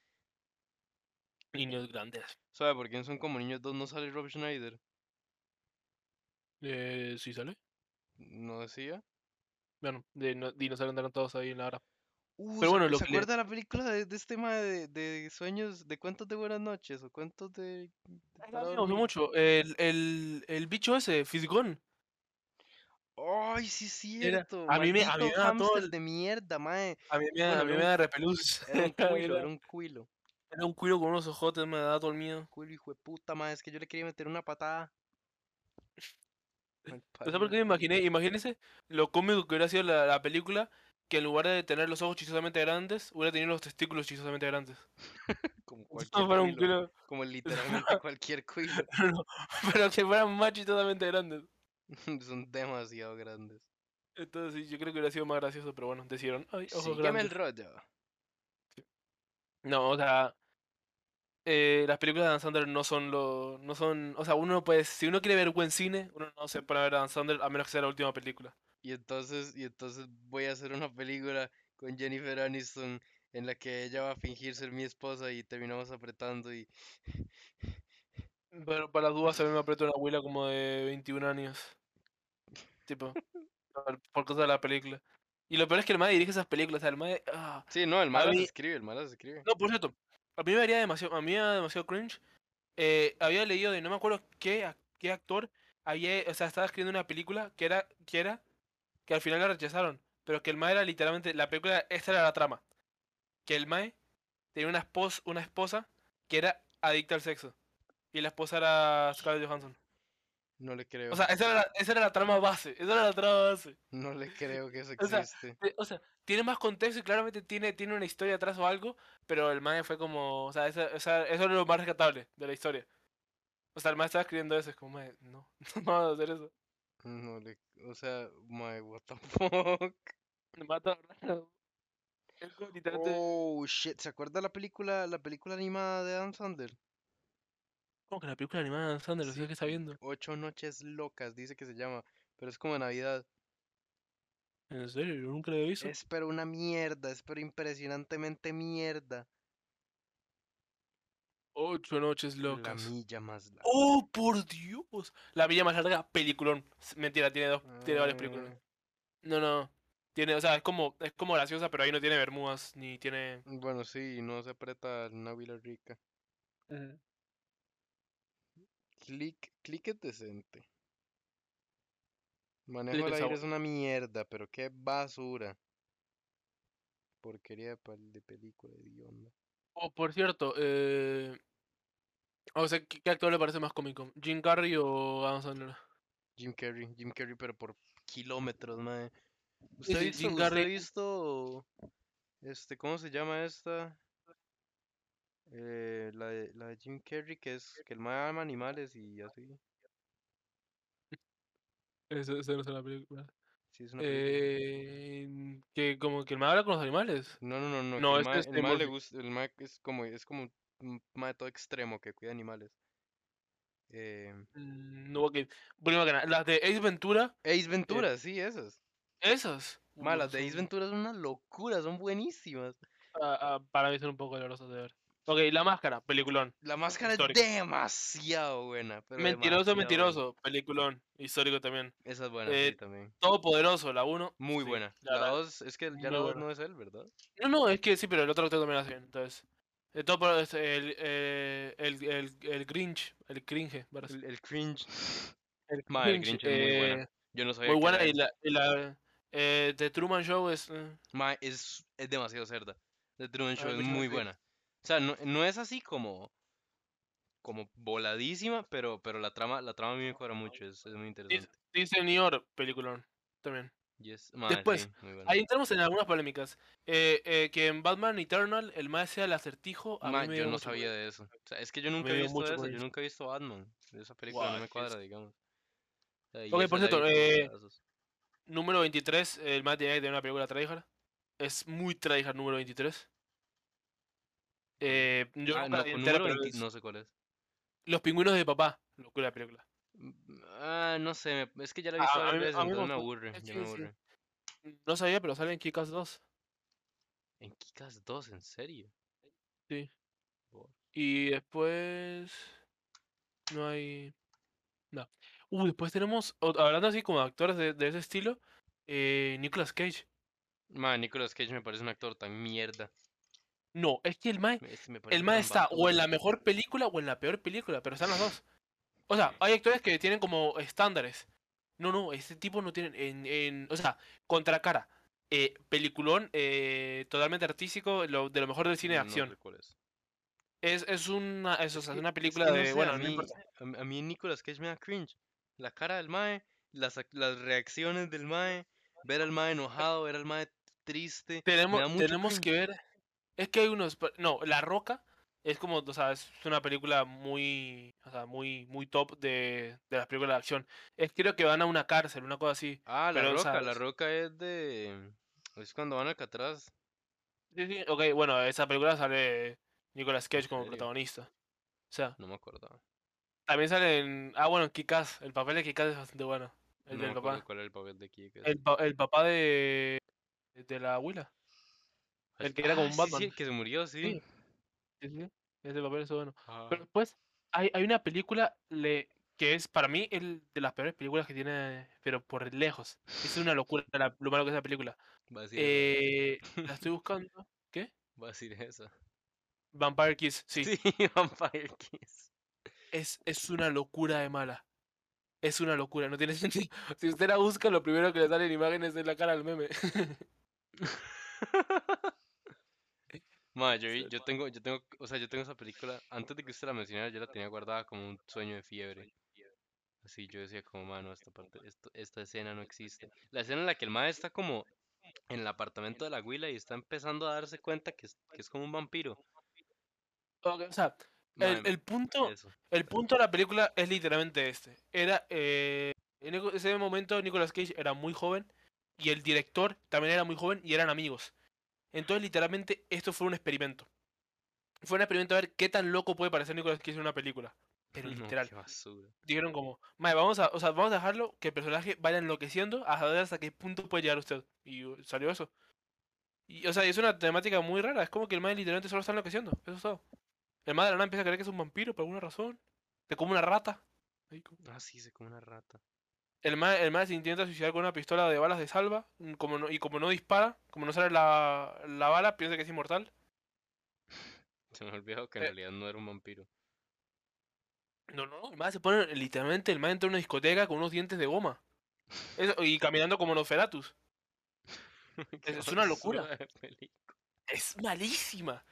Speaker 2: Niños grandes.
Speaker 1: ¿Sabe por qué en son como niños dos no sale Rob Schneider?
Speaker 2: Eh, sí sale.
Speaker 1: ¿No decía?
Speaker 2: Bueno, de no, dinosaurio andaron todos ahí en la hora.
Speaker 1: Uh,
Speaker 2: Pero
Speaker 1: ¿se,
Speaker 2: bueno, lo
Speaker 1: se
Speaker 2: que le-
Speaker 1: acuerda la película de, de este tema de, de sueños, de cuentos de buenas noches o cuentos de... de para
Speaker 2: Me gustó
Speaker 1: dormir?
Speaker 2: mucho. El, el, el bicho ese, Fisgón.
Speaker 1: Ay, sí es
Speaker 2: Era-
Speaker 1: cierto.
Speaker 2: a mí me- a mí
Speaker 1: maldito
Speaker 2: me da todo
Speaker 1: hámster
Speaker 2: el-
Speaker 1: de mierda, mae.
Speaker 2: A mí me, da- a
Speaker 1: Bueno,
Speaker 2: mí me
Speaker 1: era un-
Speaker 2: da repelús.
Speaker 1: Era un cuilo,
Speaker 2: Era,
Speaker 1: era un cuilo.
Speaker 2: era un culo con unos ojotes, me da todo el miedo.
Speaker 1: Cuilo, hijo de puta, mae. Es que yo le quería meter una patada. Mal
Speaker 2: No sé por qué me
Speaker 1: parido.
Speaker 2: imaginé, imagínense lo cómico que hubiera sido la, la película que en lugar de tener los ojos chistosamente grandes, hubiera tenido los testículos chistosamente grandes.
Speaker 1: Como cualquier
Speaker 2: No fuera un
Speaker 1: cuilo.
Speaker 2: culo,
Speaker 1: Como literalmente cualquier cuilo.
Speaker 2: no, pero que fueran más chistosamente grandes.
Speaker 1: Son demasiado grandes.
Speaker 2: Entonces sí, yo creo que hubiera sido más gracioso, pero bueno, decidieron, ay, ojos
Speaker 1: Sígueme el
Speaker 2: grandes.
Speaker 1: rollo.
Speaker 2: No, o sea, eh, las películas de Dan Sandler no son lo, no son, o sea, uno no puede, si uno quiere ver buen cine, uno no se pone a ver a Dan Sandler a menos que sea la última película.
Speaker 1: Y entonces, y entonces voy a hacer una película con Jennifer Aniston en la que ella va a fingir ser mi esposa y terminamos apretando y
Speaker 2: Pero para las dudas a mí me apretó una abuela como de 21 años. Tipo, por- por cosas de la película. Y lo peor es que el mae dirige esas películas, o sea, el mae, ah.
Speaker 1: Sí, no, el mal las
Speaker 2: mí-
Speaker 1: escribe, el mal las escribe.
Speaker 2: No, por cierto, a mí me haría demasiado, a mí me da demasiado cringe. Eh, había leído de no me acuerdo qué, ac- qué actor había, o sea, estaba escribiendo una película que era, que era, que al final la rechazaron, pero que el mae era literalmente, la película, esta era la trama, que el mae tenía una esposa, una esposa que era adicta al sexo y la esposa era Scarlett Johansson.
Speaker 1: No le creo.
Speaker 2: O sea, esa era, la, esa era la trama base, esa era la trama base.
Speaker 1: No le creo que eso
Speaker 2: o sea,
Speaker 1: existe.
Speaker 2: Eh, O sea, tiene más contexto y claramente tiene, tiene una historia atrás o algo, pero el man fue como, o sea, esa- esa- eso es lo más rescatable de la historia. O sea, el man estaba escribiendo eso, es como, "Mae, no, no vamos a hacer eso.
Speaker 1: No le, o sea, my what the fuck.
Speaker 2: Me mata, ¿verdad? Es como literalmente,
Speaker 1: Oh shit, ¿se acuerda la película, la película animada de Adam Sandler?
Speaker 2: como que la película animada de Dan Sandler, lo
Speaker 1: Sí,
Speaker 2: sigue que está viendo.
Speaker 1: Ocho noches locas, dice que se llama, pero es como de Navidad.
Speaker 2: ¿En serio? Yo nunca lo he visto.
Speaker 1: Es pero una mierda, es pero impresionantemente mierda.
Speaker 2: Ocho noches
Speaker 1: La
Speaker 2: locas.
Speaker 1: milla más larga.
Speaker 2: ¡Oh, por Dios! La Villa Más Larga, peliculón. S- Mentira, tiene dos, tiene varias películas.
Speaker 1: Ah,
Speaker 2: No, no. Tiene, o sea, es como, es como graciosa, pero ahí no tiene bermudas, ni tiene...
Speaker 1: Bueno, sí, no se aprieta una vila rica. Click, click es decente. Manejo al
Speaker 2: es
Speaker 1: aire
Speaker 2: agua.
Speaker 1: es una mierda, pero qué basura. Porquería de, pel- de película hedionda.
Speaker 2: Oh, por cierto, eh... o sea, ¿qué, qué actor le parece más cómico? ¿Jim Carrey o Adam Sandler?
Speaker 1: Jim Carrey, Jim Carrey, pero por kilómetros, madre.
Speaker 2: Sí,
Speaker 1: ¿Usted ha
Speaker 2: sí,
Speaker 1: visto,
Speaker 2: Jim
Speaker 1: usted ha
Speaker 2: Carrey.
Speaker 1: visto, este, ¿cómo se llama esta? Eh, la de, la de Jim Carrey, que es que el mae ama animales y así.
Speaker 2: Eso, eso no es la película.
Speaker 1: Sí, es una película.
Speaker 2: Eh, que como que el me habla con los animales.
Speaker 1: No, no, no, no, que
Speaker 2: no,
Speaker 1: el
Speaker 2: este
Speaker 1: mae,
Speaker 2: es
Speaker 1: el
Speaker 2: Tim
Speaker 1: mae le
Speaker 2: Burton.
Speaker 1: gusta, el mae es como, es como un mae todo extremo que cuida animales. Eh,
Speaker 2: Mm, No, ok. Primero que nada, las de Ace Ventura,
Speaker 1: Ace Ventura, sí, esas.
Speaker 2: esas. uh,
Speaker 1: Mae, las de Ace
Speaker 2: son-
Speaker 1: Ventura son una locura, son buenísimas.
Speaker 2: ah, ah, para mí son un poco dolorosas de ver. Ok, La Máscara, peliculón.
Speaker 1: La máscara es
Speaker 2: Histórico.
Speaker 1: demasiado buena, pero
Speaker 2: Mentiroso,
Speaker 1: demasiado buena.
Speaker 2: mentiroso, peliculón. Histórico también.
Speaker 1: Esa es buena,
Speaker 2: Eh,
Speaker 1: sí, también.
Speaker 2: Todopoderoso, la 1.
Speaker 1: Muy buena.
Speaker 2: la
Speaker 1: La
Speaker 2: verdad,
Speaker 1: 2, es que ya
Speaker 2: muy
Speaker 1: la 2
Speaker 2: buena.
Speaker 1: no es él, ¿verdad?
Speaker 2: No, no, es que sí, pero el otro actor también lo hace bien, entonces. De todo por es el, eh, el, el, el Grinch, el cringe, ¿verdad?
Speaker 1: El, el cringe.
Speaker 2: El
Speaker 1: Ma, el Grinch es muy buena.
Speaker 2: eh,
Speaker 1: Yo no sabía
Speaker 2: muy
Speaker 1: que
Speaker 2: buena
Speaker 1: era
Speaker 2: y
Speaker 1: él.
Speaker 2: la, y la eh, The Truman Show es eh,
Speaker 1: Ma, es, es demasiado cerda. The Truman
Speaker 2: Ah,
Speaker 1: Show es
Speaker 2: muchas
Speaker 1: muy
Speaker 2: gracias.
Speaker 1: buena. O sea, no, no es así como, como voladísima, pero, pero la trama, la trama a mí me cuadra mucho, es, es muy interesante.
Speaker 2: sí, señor, peliculón, también.
Speaker 1: Yes, ma,
Speaker 2: Después,
Speaker 1: sí, muy buena.
Speaker 2: Ahí entramos en algunas polémicas. Eh, eh, que en Batman Eternal el más sea el acertijo, a mí
Speaker 1: Ma,
Speaker 2: me
Speaker 1: yo
Speaker 2: dio
Speaker 1: no
Speaker 2: mucho
Speaker 1: sabía
Speaker 2: coraje.
Speaker 1: de eso. O sea, es que yo nunca
Speaker 2: me
Speaker 1: he
Speaker 2: dio
Speaker 1: visto
Speaker 2: mucho
Speaker 1: eso, yo
Speaker 2: coraje.
Speaker 1: nunca he visto Batman. Esa película
Speaker 2: Guau,
Speaker 1: no me
Speaker 2: es-
Speaker 1: cuadra, digamos. O sea, y
Speaker 2: Ok,
Speaker 1: esa
Speaker 2: por
Speaker 1: la he
Speaker 2: cierto,
Speaker 1: visto por
Speaker 2: eh,
Speaker 1: pedazos.
Speaker 2: Número 23, el más tenía que tener una película tryhard. Es muy tryhard número 23. Eh, yo nunca
Speaker 1: Ah,
Speaker 2: la
Speaker 1: no,
Speaker 2: vi
Speaker 1: con
Speaker 2: entera,
Speaker 1: número
Speaker 2: pero
Speaker 1: 20
Speaker 2: es-
Speaker 1: no sé cuál es.
Speaker 2: Los pingüinos de papá. Locura de película.
Speaker 1: Mm, Ah, no sé, me- es que ya la he
Speaker 2: A-
Speaker 1: visto
Speaker 2: Ah, a
Speaker 1: varias
Speaker 2: mí-
Speaker 1: veces,
Speaker 2: a mí me
Speaker 1: entonces me
Speaker 2: gustó.
Speaker 1: aburre,
Speaker 2: Es
Speaker 1: ya
Speaker 2: que
Speaker 1: me
Speaker 2: sí.
Speaker 1: aburre.
Speaker 2: No sabía, pero sale en Kick-Ass 2.
Speaker 1: En Kikas 2, ¿en serio?
Speaker 2: Sí.
Speaker 1: Por-
Speaker 2: Y después. No hay. No. Uh, después tenemos. ot- Hablando así como de actores de, de ese estilo. eh, Nicolas Cage.
Speaker 1: Ma, Nicolas Cage me parece un actor tan mierda.
Speaker 2: No, es que el Mae.
Speaker 1: me- es que me
Speaker 2: El
Speaker 1: parece
Speaker 2: Mae
Speaker 1: tan
Speaker 2: está o en
Speaker 1: basura.
Speaker 2: la mejor película o en la peor película, pero están las dos. O sea, hay actores que tienen como estándares. No, no, este tipo no tiene. En, en- o sea, contracara. Eh, peliculón eh, totalmente artístico, lo- de lo mejor del cine de
Speaker 1: No sé
Speaker 2: acción.
Speaker 1: cuál es.
Speaker 2: Es, es una, es, o
Speaker 1: Es
Speaker 2: sea,
Speaker 1: que-
Speaker 2: una
Speaker 1: es
Speaker 2: película
Speaker 1: que no
Speaker 2: de,
Speaker 1: sé,
Speaker 2: bueno,
Speaker 1: a
Speaker 2: no
Speaker 1: mí,
Speaker 2: importa.
Speaker 1: a, mí- a mí Nicolas Cage me da cringe. La cara del mae, las, ac- las reacciones del mae, ver al mae enojado, ver al mae triste. Me
Speaker 2: Tenemos,
Speaker 1: da mucho
Speaker 2: tenemos que
Speaker 1: cringe.
Speaker 2: ver, es que hay unos, pa- no, La Roca es como, o sea, es una película muy, o sea, muy, muy top de, de las películas de acción. Es creo que van a una cárcel, una cosa así,
Speaker 1: Ah, La
Speaker 2: pero, o sea,
Speaker 1: Roca, La Roca es de... Es cuando van a Alcatraz.
Speaker 2: Sí, sí, ok, bueno, esa película sale Nicolas Cage como
Speaker 1: serio?
Speaker 2: protagonista. O sea,
Speaker 1: No me acordaba.
Speaker 2: también sale en. Ah, bueno, Kikaz. El papel de Kikaz es bastante bueno. El
Speaker 1: No me
Speaker 2: del
Speaker 1: acuerdo
Speaker 2: papá.
Speaker 1: cuál era el papel de Kike.
Speaker 2: El, pa- el papá de. de la abuela. el que era como un
Speaker 1: Ah, sí, sí,
Speaker 2: Batman.
Speaker 1: el que se murió, sí.
Speaker 2: Sí. Sí, sí, ese papel es bueno.
Speaker 1: Ah,
Speaker 2: Pero después, hay, hay una película le- que es para mí el de las peores películas que tiene, pero por lejos. Es una locura la- lo malo que es la película.
Speaker 1: va a decir eso,
Speaker 2: Eh, la estoy buscando.
Speaker 1: va a decir eso.
Speaker 2: Vampire Kiss, sí.
Speaker 1: Sí, Vampire Kiss.
Speaker 2: Es, es una locura de mala. Es una locura, no tiene sentido. Si usted la busca, lo primero que le salen imágenes es la cara al meme.
Speaker 1: Ma, yo, vi-
Speaker 2: Sí,
Speaker 1: yo tengo, yo tengo, o sea, yo tengo esa película, antes de que usted la mencionara, yo la tenía guardada como un sueño de fiebre. Así yo decía como, mano, esta parte, esto- esta escena no existe. La escena en la que el mae está como en el apartamento de la güila y está empezando a darse cuenta que es, que es como un vampiro.
Speaker 2: Ok, O sea,
Speaker 1: Mae,
Speaker 2: el, el punto,
Speaker 1: eso.
Speaker 2: el punto de la película es literalmente este. Era, eh, en ego- ese momento Nicolas Cage era muy joven y el director también era muy joven y eran amigos. Entonces, literalmente, esto fue un experimento. Fue un experimento a ver qué tan loco puede parecer Nicolas Cage en una película. Pero
Speaker 1: No,
Speaker 2: literal.
Speaker 1: qué basura.
Speaker 2: dijeron como, "Mae, vamos a, o sea, vamos a dejarlo que el personaje vaya enloqueciendo hasta ver hasta qué punto puede llegar usted. Y uh, salió eso. Y, o sea, es una temática muy rara, es como que el mae literalmente solo está enloqueciendo, eso es todo. El mae de la nada empieza a creer que es un vampiro por alguna razón, te come una rata. Ahí como-
Speaker 1: Ah, sí, se come una rata.
Speaker 2: El mae, el mae se intenta suicidar con una pistola de balas de salva, mm, como no- y como no dispara, como no sale la, la bala, piensa que es inmortal.
Speaker 1: Se me ha olvidado que en
Speaker 2: Eh.
Speaker 1: realidad no era un vampiro.
Speaker 2: No, no, el mae se pone, literalmente, el mae entra a una discoteca con unos dientes de goma. Eso, y caminando como Nosferatus.
Speaker 1: Qué
Speaker 2: Es una locura.
Speaker 1: basura de peli.
Speaker 2: Es malísima.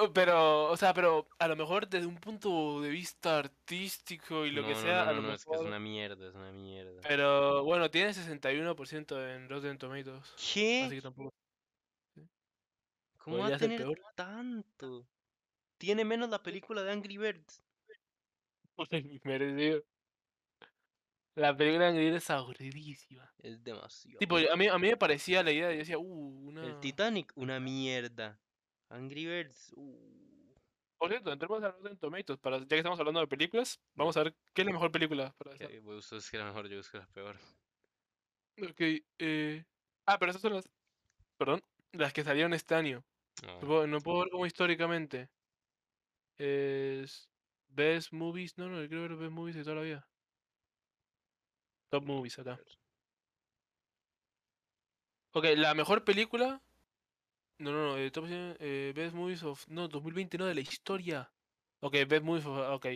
Speaker 2: Uh, Pero, o sea, pero a lo mejor desde un punto de vista artístico y lo que
Speaker 1: No, no,
Speaker 2: sea,
Speaker 1: no,
Speaker 2: a
Speaker 1: no,
Speaker 2: lo
Speaker 1: no, es que es
Speaker 2: mejor. Eh,
Speaker 1: una mierda, es una mierda.
Speaker 2: Pero bueno, tiene 61% en Rotten Tomatoes.
Speaker 1: ¿Qué?
Speaker 2: Así que tampoco.
Speaker 1: ¿Cómo va
Speaker 2: Podría
Speaker 1: a
Speaker 2: ser
Speaker 1: tener
Speaker 2: Pues peor.
Speaker 1: tanto? Tiene menos la película de Angry Birds.
Speaker 2: Merecido. La película de Angry Birds es aburridísima.
Speaker 1: Es demasiado.
Speaker 2: Tipo, a mí, a mí me parecía la idea, yo decía, uh,
Speaker 1: pues El
Speaker 2: una.
Speaker 1: Titanic, una mierda. Angry Birds, uh.
Speaker 2: Por cierto, entremos a Rotten Tomatoes. Para, ya que estamos hablando de películas, vamos a ver qué es la mejor película para esa.
Speaker 1: que Voy a usar- es que era mejor, yo busco la peor.
Speaker 2: Ok, eh... Ah, pero esas son las... Perdón, las que salieron este año.
Speaker 1: No,
Speaker 2: No puedo, no puedo ver como históricamente. Es... Best Movies... No, no, yo quiero ver los Best Movies de toda la vida. Top Movies acá. Ok, la mejor película... No, no, no, eh, Top cien, eh, Best Movies of... No, 2020 no, de la historia. Ok, Best Movies of... ah, Ok.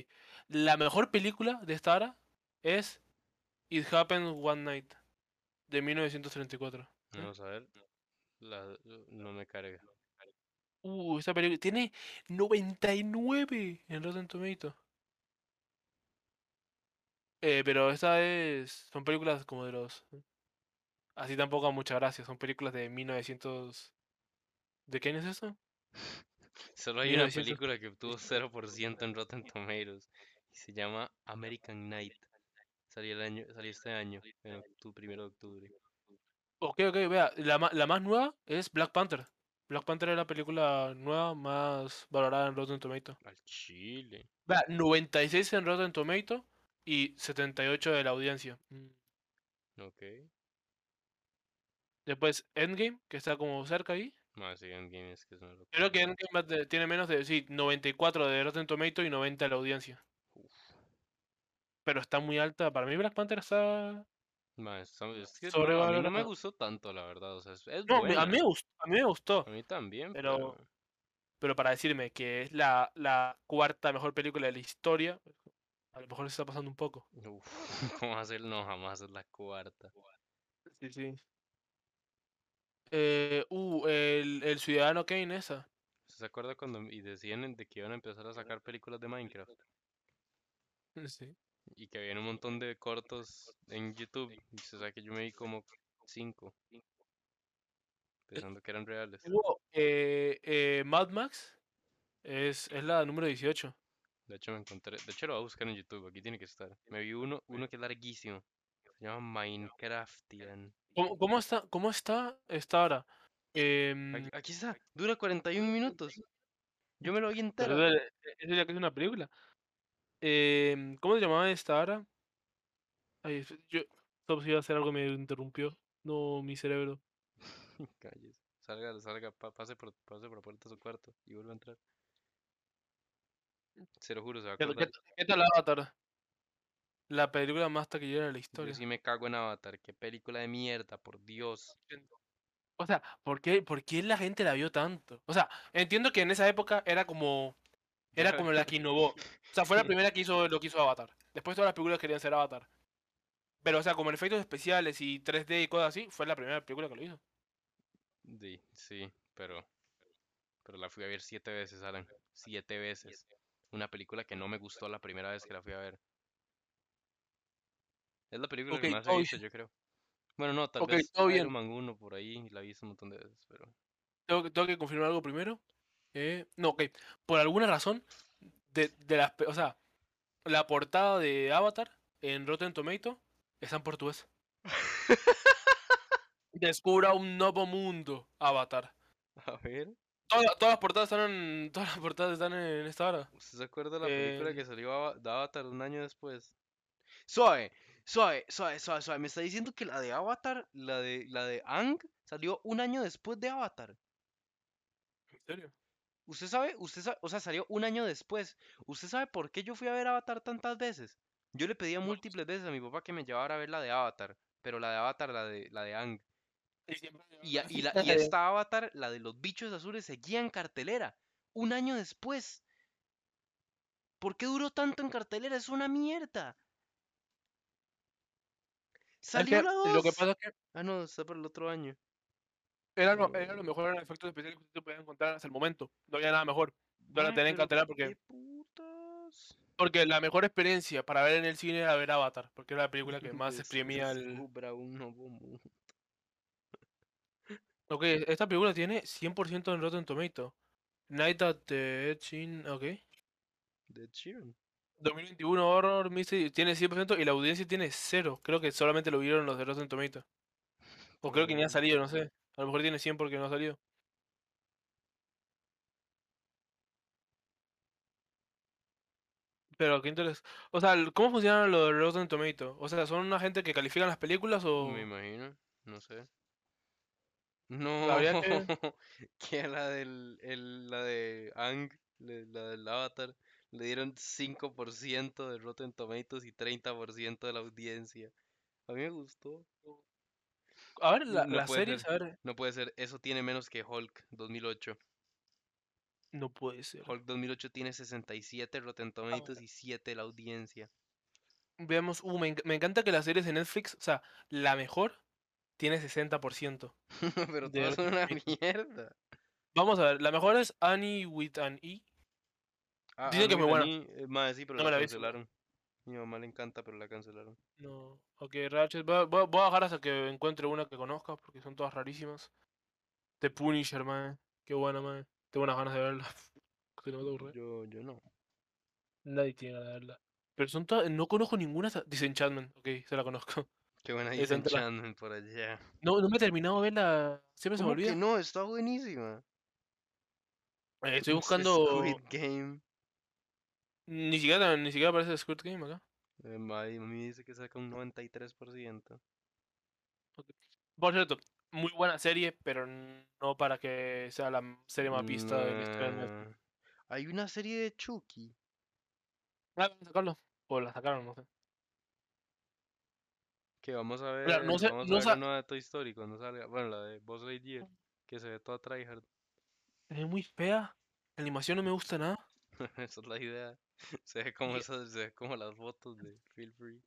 Speaker 2: La mejor película de esta hora es... It Happened One Night. De 1934.
Speaker 1: Vamos a ver. La- no me carga.
Speaker 2: Uh, esta película tiene 99 en Rotten Tomatoes. Eh, pero esta es. Son películas como de los. Así tampoco, muchas gracias. Son películas de 1900. ¿De qué año es eso?
Speaker 1: Solo hay una
Speaker 2: 1900.
Speaker 1: película que obtuvo 0% en Rotten Tomatoes. Y se llama American Night. Salió, el año, salió este año, en octubre, primero de octubre.
Speaker 2: Ok, ok, vea. La, ma- la más nueva es Black Panther. Black Panther es la película nueva más valorada en Rotten Tomatoes.
Speaker 1: Al chile.
Speaker 2: Vea, 96 en Rotten Tomatoes y 78 de la audiencia. Mm.
Speaker 1: Ok.
Speaker 2: Después Endgame, que está como cerca ahí.
Speaker 1: Más sí, Endgame es que es una locura.
Speaker 2: Creo que Endgame va a te- tiene menos de, sí, 94 de Rotten Tomato y 90 de la audiencia.
Speaker 1: Uf.
Speaker 2: Pero está muy alta. Para mí Black Panther está...
Speaker 1: Ma, está- es que no- a mí no me
Speaker 2: Sobrevalorada.
Speaker 1: gustó tanto, la verdad. O sea, es, es
Speaker 2: No, me- a mí, me
Speaker 1: buena,
Speaker 2: gustó, a mí me gustó.
Speaker 1: A mí también,
Speaker 2: pero-
Speaker 1: pero.
Speaker 2: Pero para decirme que es la, la cuarta mejor película de la historia, a lo mejor se está pasando un poco.
Speaker 1: Uf, ¿cómo va a ser? No, jamás es la cuarta.
Speaker 2: Sí, sí. Eh, uh, el, el Ciudadano Kane esa.
Speaker 1: ¿Se acuerda cuando y decían en- de que iban a empezar a sacar películas de Minecraft?
Speaker 2: Sí.
Speaker 1: Y que había un montón de cortos en YouTube. Y se sabe que yo me vi como cinco. Pensando que eran reales.
Speaker 2: Hubo, eh, eh, Mad Max es, es la número 18.
Speaker 1: De hecho, me encontré. De hecho, lo voy a buscar en YouTube. Aquí tiene que estar. Me vi uno, uno que es larguísimo. Se llama Minecraftian.
Speaker 2: ¿Cómo, cómo está, cómo está, está ahora? Em,
Speaker 1: Aquí, aquí está, dura 41 minutos. Yo me lo vi
Speaker 2: pero
Speaker 1: entero.
Speaker 2: eso es eso ya que es una película. Em, ¿cómo se llamaba esta ahora? Ay, es- yo solo si iba a hacer algo me interrumpió. No, mi cerebro.
Speaker 1: Cállese. Salga, salga, pa- pase por, pase por la puerta de su cuarto y vuelva a entrar. Se lo juro, se va a
Speaker 2: ¿Qué, qué-
Speaker 1: acordar.
Speaker 2: qué tal Avatar? La película más taquillera de la
Speaker 1: Yo
Speaker 2: historia.
Speaker 1: sí me cago en Avatar, qué película de mierda, por Dios.
Speaker 2: O sea, ¿por qué, por qué la gente la vio tanto? O sea, entiendo que en esa época era como, era como la que innovó. O sea, fue la primera que hizo lo que hizo Avatar. Después todas las películas querían ser Avatar. Pero, o sea, como en efectos especiales y 3D y cosas así, fue la primera película que lo hizo.
Speaker 1: Sí, sí, pero, pero la fui a ver siete veces, Alan. Siete veces. Una película que no me gustó la primera vez que la fui a ver. Es la película
Speaker 2: Ok,
Speaker 1: que más he
Speaker 2: todo
Speaker 1: visto, yo creo. Bueno, no, tal
Speaker 2: Ok,
Speaker 1: vez
Speaker 2: todo bien.
Speaker 1: Iron Man 1 por ahí, la he visto un montón de veces, pero...
Speaker 2: Tengo, que- tengo que confirmar algo primero. Eh, no, ok. Por alguna razón, de, de las, pe- o sea, la portada de Avatar en Rotten Tomato está en portugués. Descubra un nuevo mundo, Avatar.
Speaker 1: A ver,
Speaker 2: Toda- todas las portadas están en, todas las portadas están en esta hora.
Speaker 1: ¿usted se acuerda de la película
Speaker 2: Eh,
Speaker 1: que salió Ava- de Avatar un año después? Suave, suave, suave, suave, suave. Me está diciendo que la de Avatar, la de, la de Aang, salió un año después de Avatar.
Speaker 2: ¿En serio?
Speaker 1: Usted sabe, usted sabe, o sea, salió un año después. ¿Usted sabe por qué yo fui a ver Avatar tantas veces? Yo le pedía múltiples veces a mi papá que me llevara a ver la de Avatar, pero la de Avatar, la de, la de Aang.
Speaker 2: Y siempre
Speaker 1: Y, a- y, la, y esta Avatar, la de los bichos azules, seguía en cartelera. Un año después. ¿Por qué duró tanto en cartelera? Es una mierda.
Speaker 2: Es
Speaker 1: Salió
Speaker 2: que
Speaker 1: la
Speaker 2: lo
Speaker 1: 2.
Speaker 2: que pasa es que
Speaker 1: Ah, no, está para el otro año.
Speaker 2: era lo, era lo mejor en efectos especiales que usted podía encontrar hasta el momento. No había nada mejor. No la
Speaker 1: Mae,
Speaker 2: tenía en
Speaker 1: Ah, pero
Speaker 2: cartelera
Speaker 1: qué
Speaker 2: porque,
Speaker 1: putas.
Speaker 2: porque la mejor experiencia para ver en el cine era ver Avatar, porque era la película que más exprimía el.
Speaker 1: Descubra un nuevo mundo.
Speaker 2: Ok, esta película tiene 100% en Rotten Tomato. Night at the Edge ok.
Speaker 1: Ed Sheeran.
Speaker 2: 2021 Horror Mystery tiene 100% y la audiencia tiene 0. Creo que solamente lo vieron los de Rotten Tomato. O creo que ni ha
Speaker 1: Bueno.
Speaker 2: salido, no sé. A lo mejor tiene 100 porque no ha salido. Pero qué interés. O sea, el- ¿cómo funciona lo de Rotten Tomato? O sea, ¿son una gente que califican las películas o...?
Speaker 1: Me imagino, no sé. No,
Speaker 2: habría que-
Speaker 1: que a la del, el- la de Ang, le- la del Avatar, le dieron 5% de Rotten Tomatoes y 30% de la audiencia. A mí me gustó.
Speaker 2: A ver, la,
Speaker 1: No
Speaker 2: las
Speaker 1: puede
Speaker 2: series,
Speaker 1: ser.
Speaker 2: a ver...
Speaker 1: No puede ser, eso tiene menos que Hulk 2008.
Speaker 2: No puede ser.
Speaker 1: Hulk 2008 tiene 67 Rotten Tomatoes y 7 la audiencia.
Speaker 2: Veamos, uh, me, enc- me encanta que las series de Netflix, o sea, la mejor tiene 60%.
Speaker 1: Pero
Speaker 2: De
Speaker 1: todas son
Speaker 2: Rotten
Speaker 1: una
Speaker 2: Tomatoes.
Speaker 1: mierda.
Speaker 2: Vamos a ver, la mejor es Annie with an E.
Speaker 1: Ah,
Speaker 2: Dicen
Speaker 1: a
Speaker 2: que
Speaker 1: mí,
Speaker 2: muy
Speaker 1: a
Speaker 2: buena.
Speaker 1: mí, eh, mae, sí, pero
Speaker 2: No
Speaker 1: la
Speaker 2: me la vi.
Speaker 1: cancelaron. Mi mamá le encanta, pero la cancelaron.
Speaker 2: No, ok, Ratchet. Voy a, voy a- voy a bajar hasta que encuentre una que conozca, porque son todas rarísimas. The Punisher, man. Qué buena, man. Tengo unas ganas de verla. Se no me ocurre.
Speaker 1: Yo, yo no.
Speaker 2: Nadie tiene ganas de verla. Pero son todas. No conozco ninguna. hasta- Disenchantment, ok, se la conozco.
Speaker 1: Qué buena
Speaker 2: Esa
Speaker 1: dicen
Speaker 2: entra-
Speaker 1: Chandler por allá.
Speaker 2: No, no me he terminado de verla. Siempre se me
Speaker 1: ¿Cómo que
Speaker 2: olvida.
Speaker 1: no? Está buenísima.
Speaker 2: Eh, estoy
Speaker 1: Es- es
Speaker 2: buscando.
Speaker 1: Squid Game.
Speaker 2: Ni siquiera, ni siquiera aparece Squid Game acá.
Speaker 1: Eh, ma- y mami dice que saca un 93%.
Speaker 2: Por cierto, muy buena serie, pero no para que sea la serie más vista de
Speaker 1: Mm,
Speaker 2: la historia de Netflix.
Speaker 1: Nah. Hay una serie de Chucky.
Speaker 2: Ah, van a sacarlo. O la sacaron, no sé.
Speaker 1: Que vamos a ver.
Speaker 2: Mira, no sé-
Speaker 1: vamos
Speaker 2: no
Speaker 1: a ver
Speaker 2: sa-
Speaker 1: la nueva de Toy Story cuando salga. Bueno, la de Buzz Lightyear. Que se ve toda tryhard.
Speaker 2: Es muy fea. La animación no me gusta nada.
Speaker 1: Esa es la idea. Se ve como
Speaker 2: Y-
Speaker 1: esas, se ve como las fotos de Feel Free.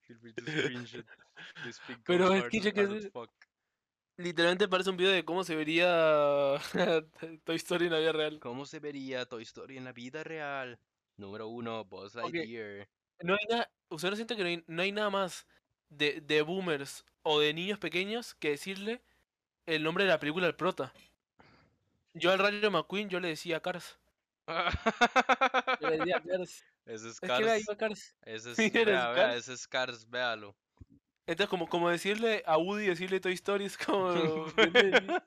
Speaker 1: Feel free to screenshot. This pic goes
Speaker 2: Pero es
Speaker 1: hard
Speaker 2: que
Speaker 1: as-
Speaker 2: yo qué
Speaker 1: hard as
Speaker 2: sé.
Speaker 1: fuck.
Speaker 2: Literalmente parece un video de cómo se vería Toy Story en la vida real.
Speaker 1: ¿Cómo se vería Toy Story en la vida real? Número uno, Buzz
Speaker 2: Ok.
Speaker 1: Lightyear.
Speaker 2: No hay nada. Usted no siente que no hay, no hay nada más de, de boomers o de niños pequeños que decirle el nombre de la película al prota. Yo al Rayo McQueen yo le decía Cars. Yo le decía Cars.
Speaker 1: Ese
Speaker 2: Es
Speaker 1: es
Speaker 2: que vea,
Speaker 1: Cars.
Speaker 2: iba Cars.
Speaker 1: Ese es,
Speaker 2: Sí, eres
Speaker 1: vea, vea,
Speaker 2: Cars.
Speaker 1: ese es Cars, véalo.
Speaker 2: Entonces, como, como decirle a Woody, decirle Toy Story es como... ¿entiendes?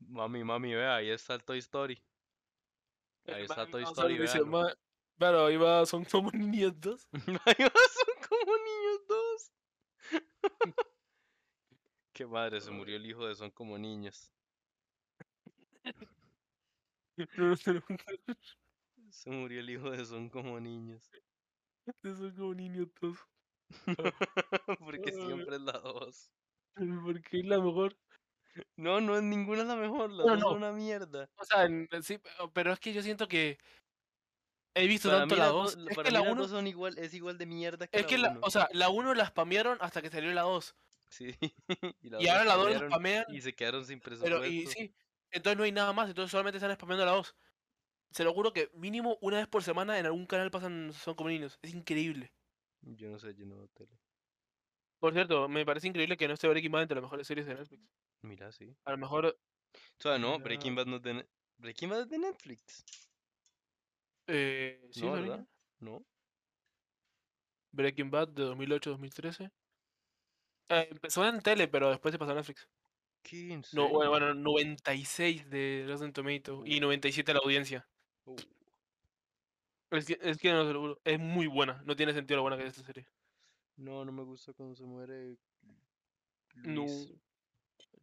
Speaker 1: Mami, mami, vea, ahí está el Toy Story. Ahí está
Speaker 2: Man,
Speaker 1: Toy
Speaker 2: o sea,
Speaker 1: Story,
Speaker 2: le dice,
Speaker 1: véalo.
Speaker 2: "Ma- Pero ahí va, son como nietos.
Speaker 1: Ahí va, son como niños dos. Qué madre, se
Speaker 2: Ay.
Speaker 1: murió el hijo de Son como niños. Se murió el hijo de Son como niños.
Speaker 2: Son como nietos.
Speaker 1: Porque
Speaker 2: Ay.
Speaker 1: siempre es la dos.
Speaker 2: Porque es la mejor.
Speaker 1: No, no es ninguna la mejor, la
Speaker 2: No,
Speaker 1: dos
Speaker 2: no.
Speaker 1: es una mierda.
Speaker 2: O sea, en- eh, sí, pero- pero es que yo siento que he visto
Speaker 1: Para
Speaker 2: tanto
Speaker 1: mí
Speaker 2: la
Speaker 1: las dos-
Speaker 2: 2. Es
Speaker 1: para
Speaker 2: que
Speaker 1: mí
Speaker 2: la
Speaker 1: las
Speaker 2: 1,
Speaker 1: dos son igual, es igual de mierda que
Speaker 2: es
Speaker 1: la
Speaker 2: que la,
Speaker 1: uno.
Speaker 2: o sea, la 1 la spamearon hasta que salió la 2.
Speaker 1: Sí. Y,
Speaker 2: Y ahora la 2 la
Speaker 1: cambiaron
Speaker 2: spamean,
Speaker 1: y se quedaron sin presupuesto.
Speaker 2: pero y sí. Entonces no hay nada más, entonces solamente están spameando la 2. Se lo juro que mínimo una vez por semana en algún canal pasan son como niños. Es increíble.
Speaker 1: Yo no sé, yo no veo tele.
Speaker 2: Por cierto, me parece increíble que no esté Breaking Bad entre las mejores series de Netflix.
Speaker 1: Mira, sí.
Speaker 2: A lo mejor
Speaker 1: O sea, no,
Speaker 2: Mira.
Speaker 1: Breaking Bad no es de, Ne- Breaking Bad es de Netflix.
Speaker 2: eh, sí,
Speaker 1: No,
Speaker 2: es
Speaker 1: ¿verdad?
Speaker 2: original.
Speaker 1: No.
Speaker 2: Breaking Bad de 2008-2013. Eh, empezó en tele, pero después se pasó a Netflix.
Speaker 1: ¿Qué? ¿En
Speaker 2: No, bueno,
Speaker 1: serio?
Speaker 2: bueno, 96 de Rotten Tomato y
Speaker 1: Uh.
Speaker 2: 97 la audiencia.
Speaker 1: Uh.
Speaker 2: Es que, es que no se lo juro, es muy buena, no tiene sentido lo buena que es esta serie.
Speaker 1: No, no me gusta cuando se muere
Speaker 2: No.
Speaker 1: Luis.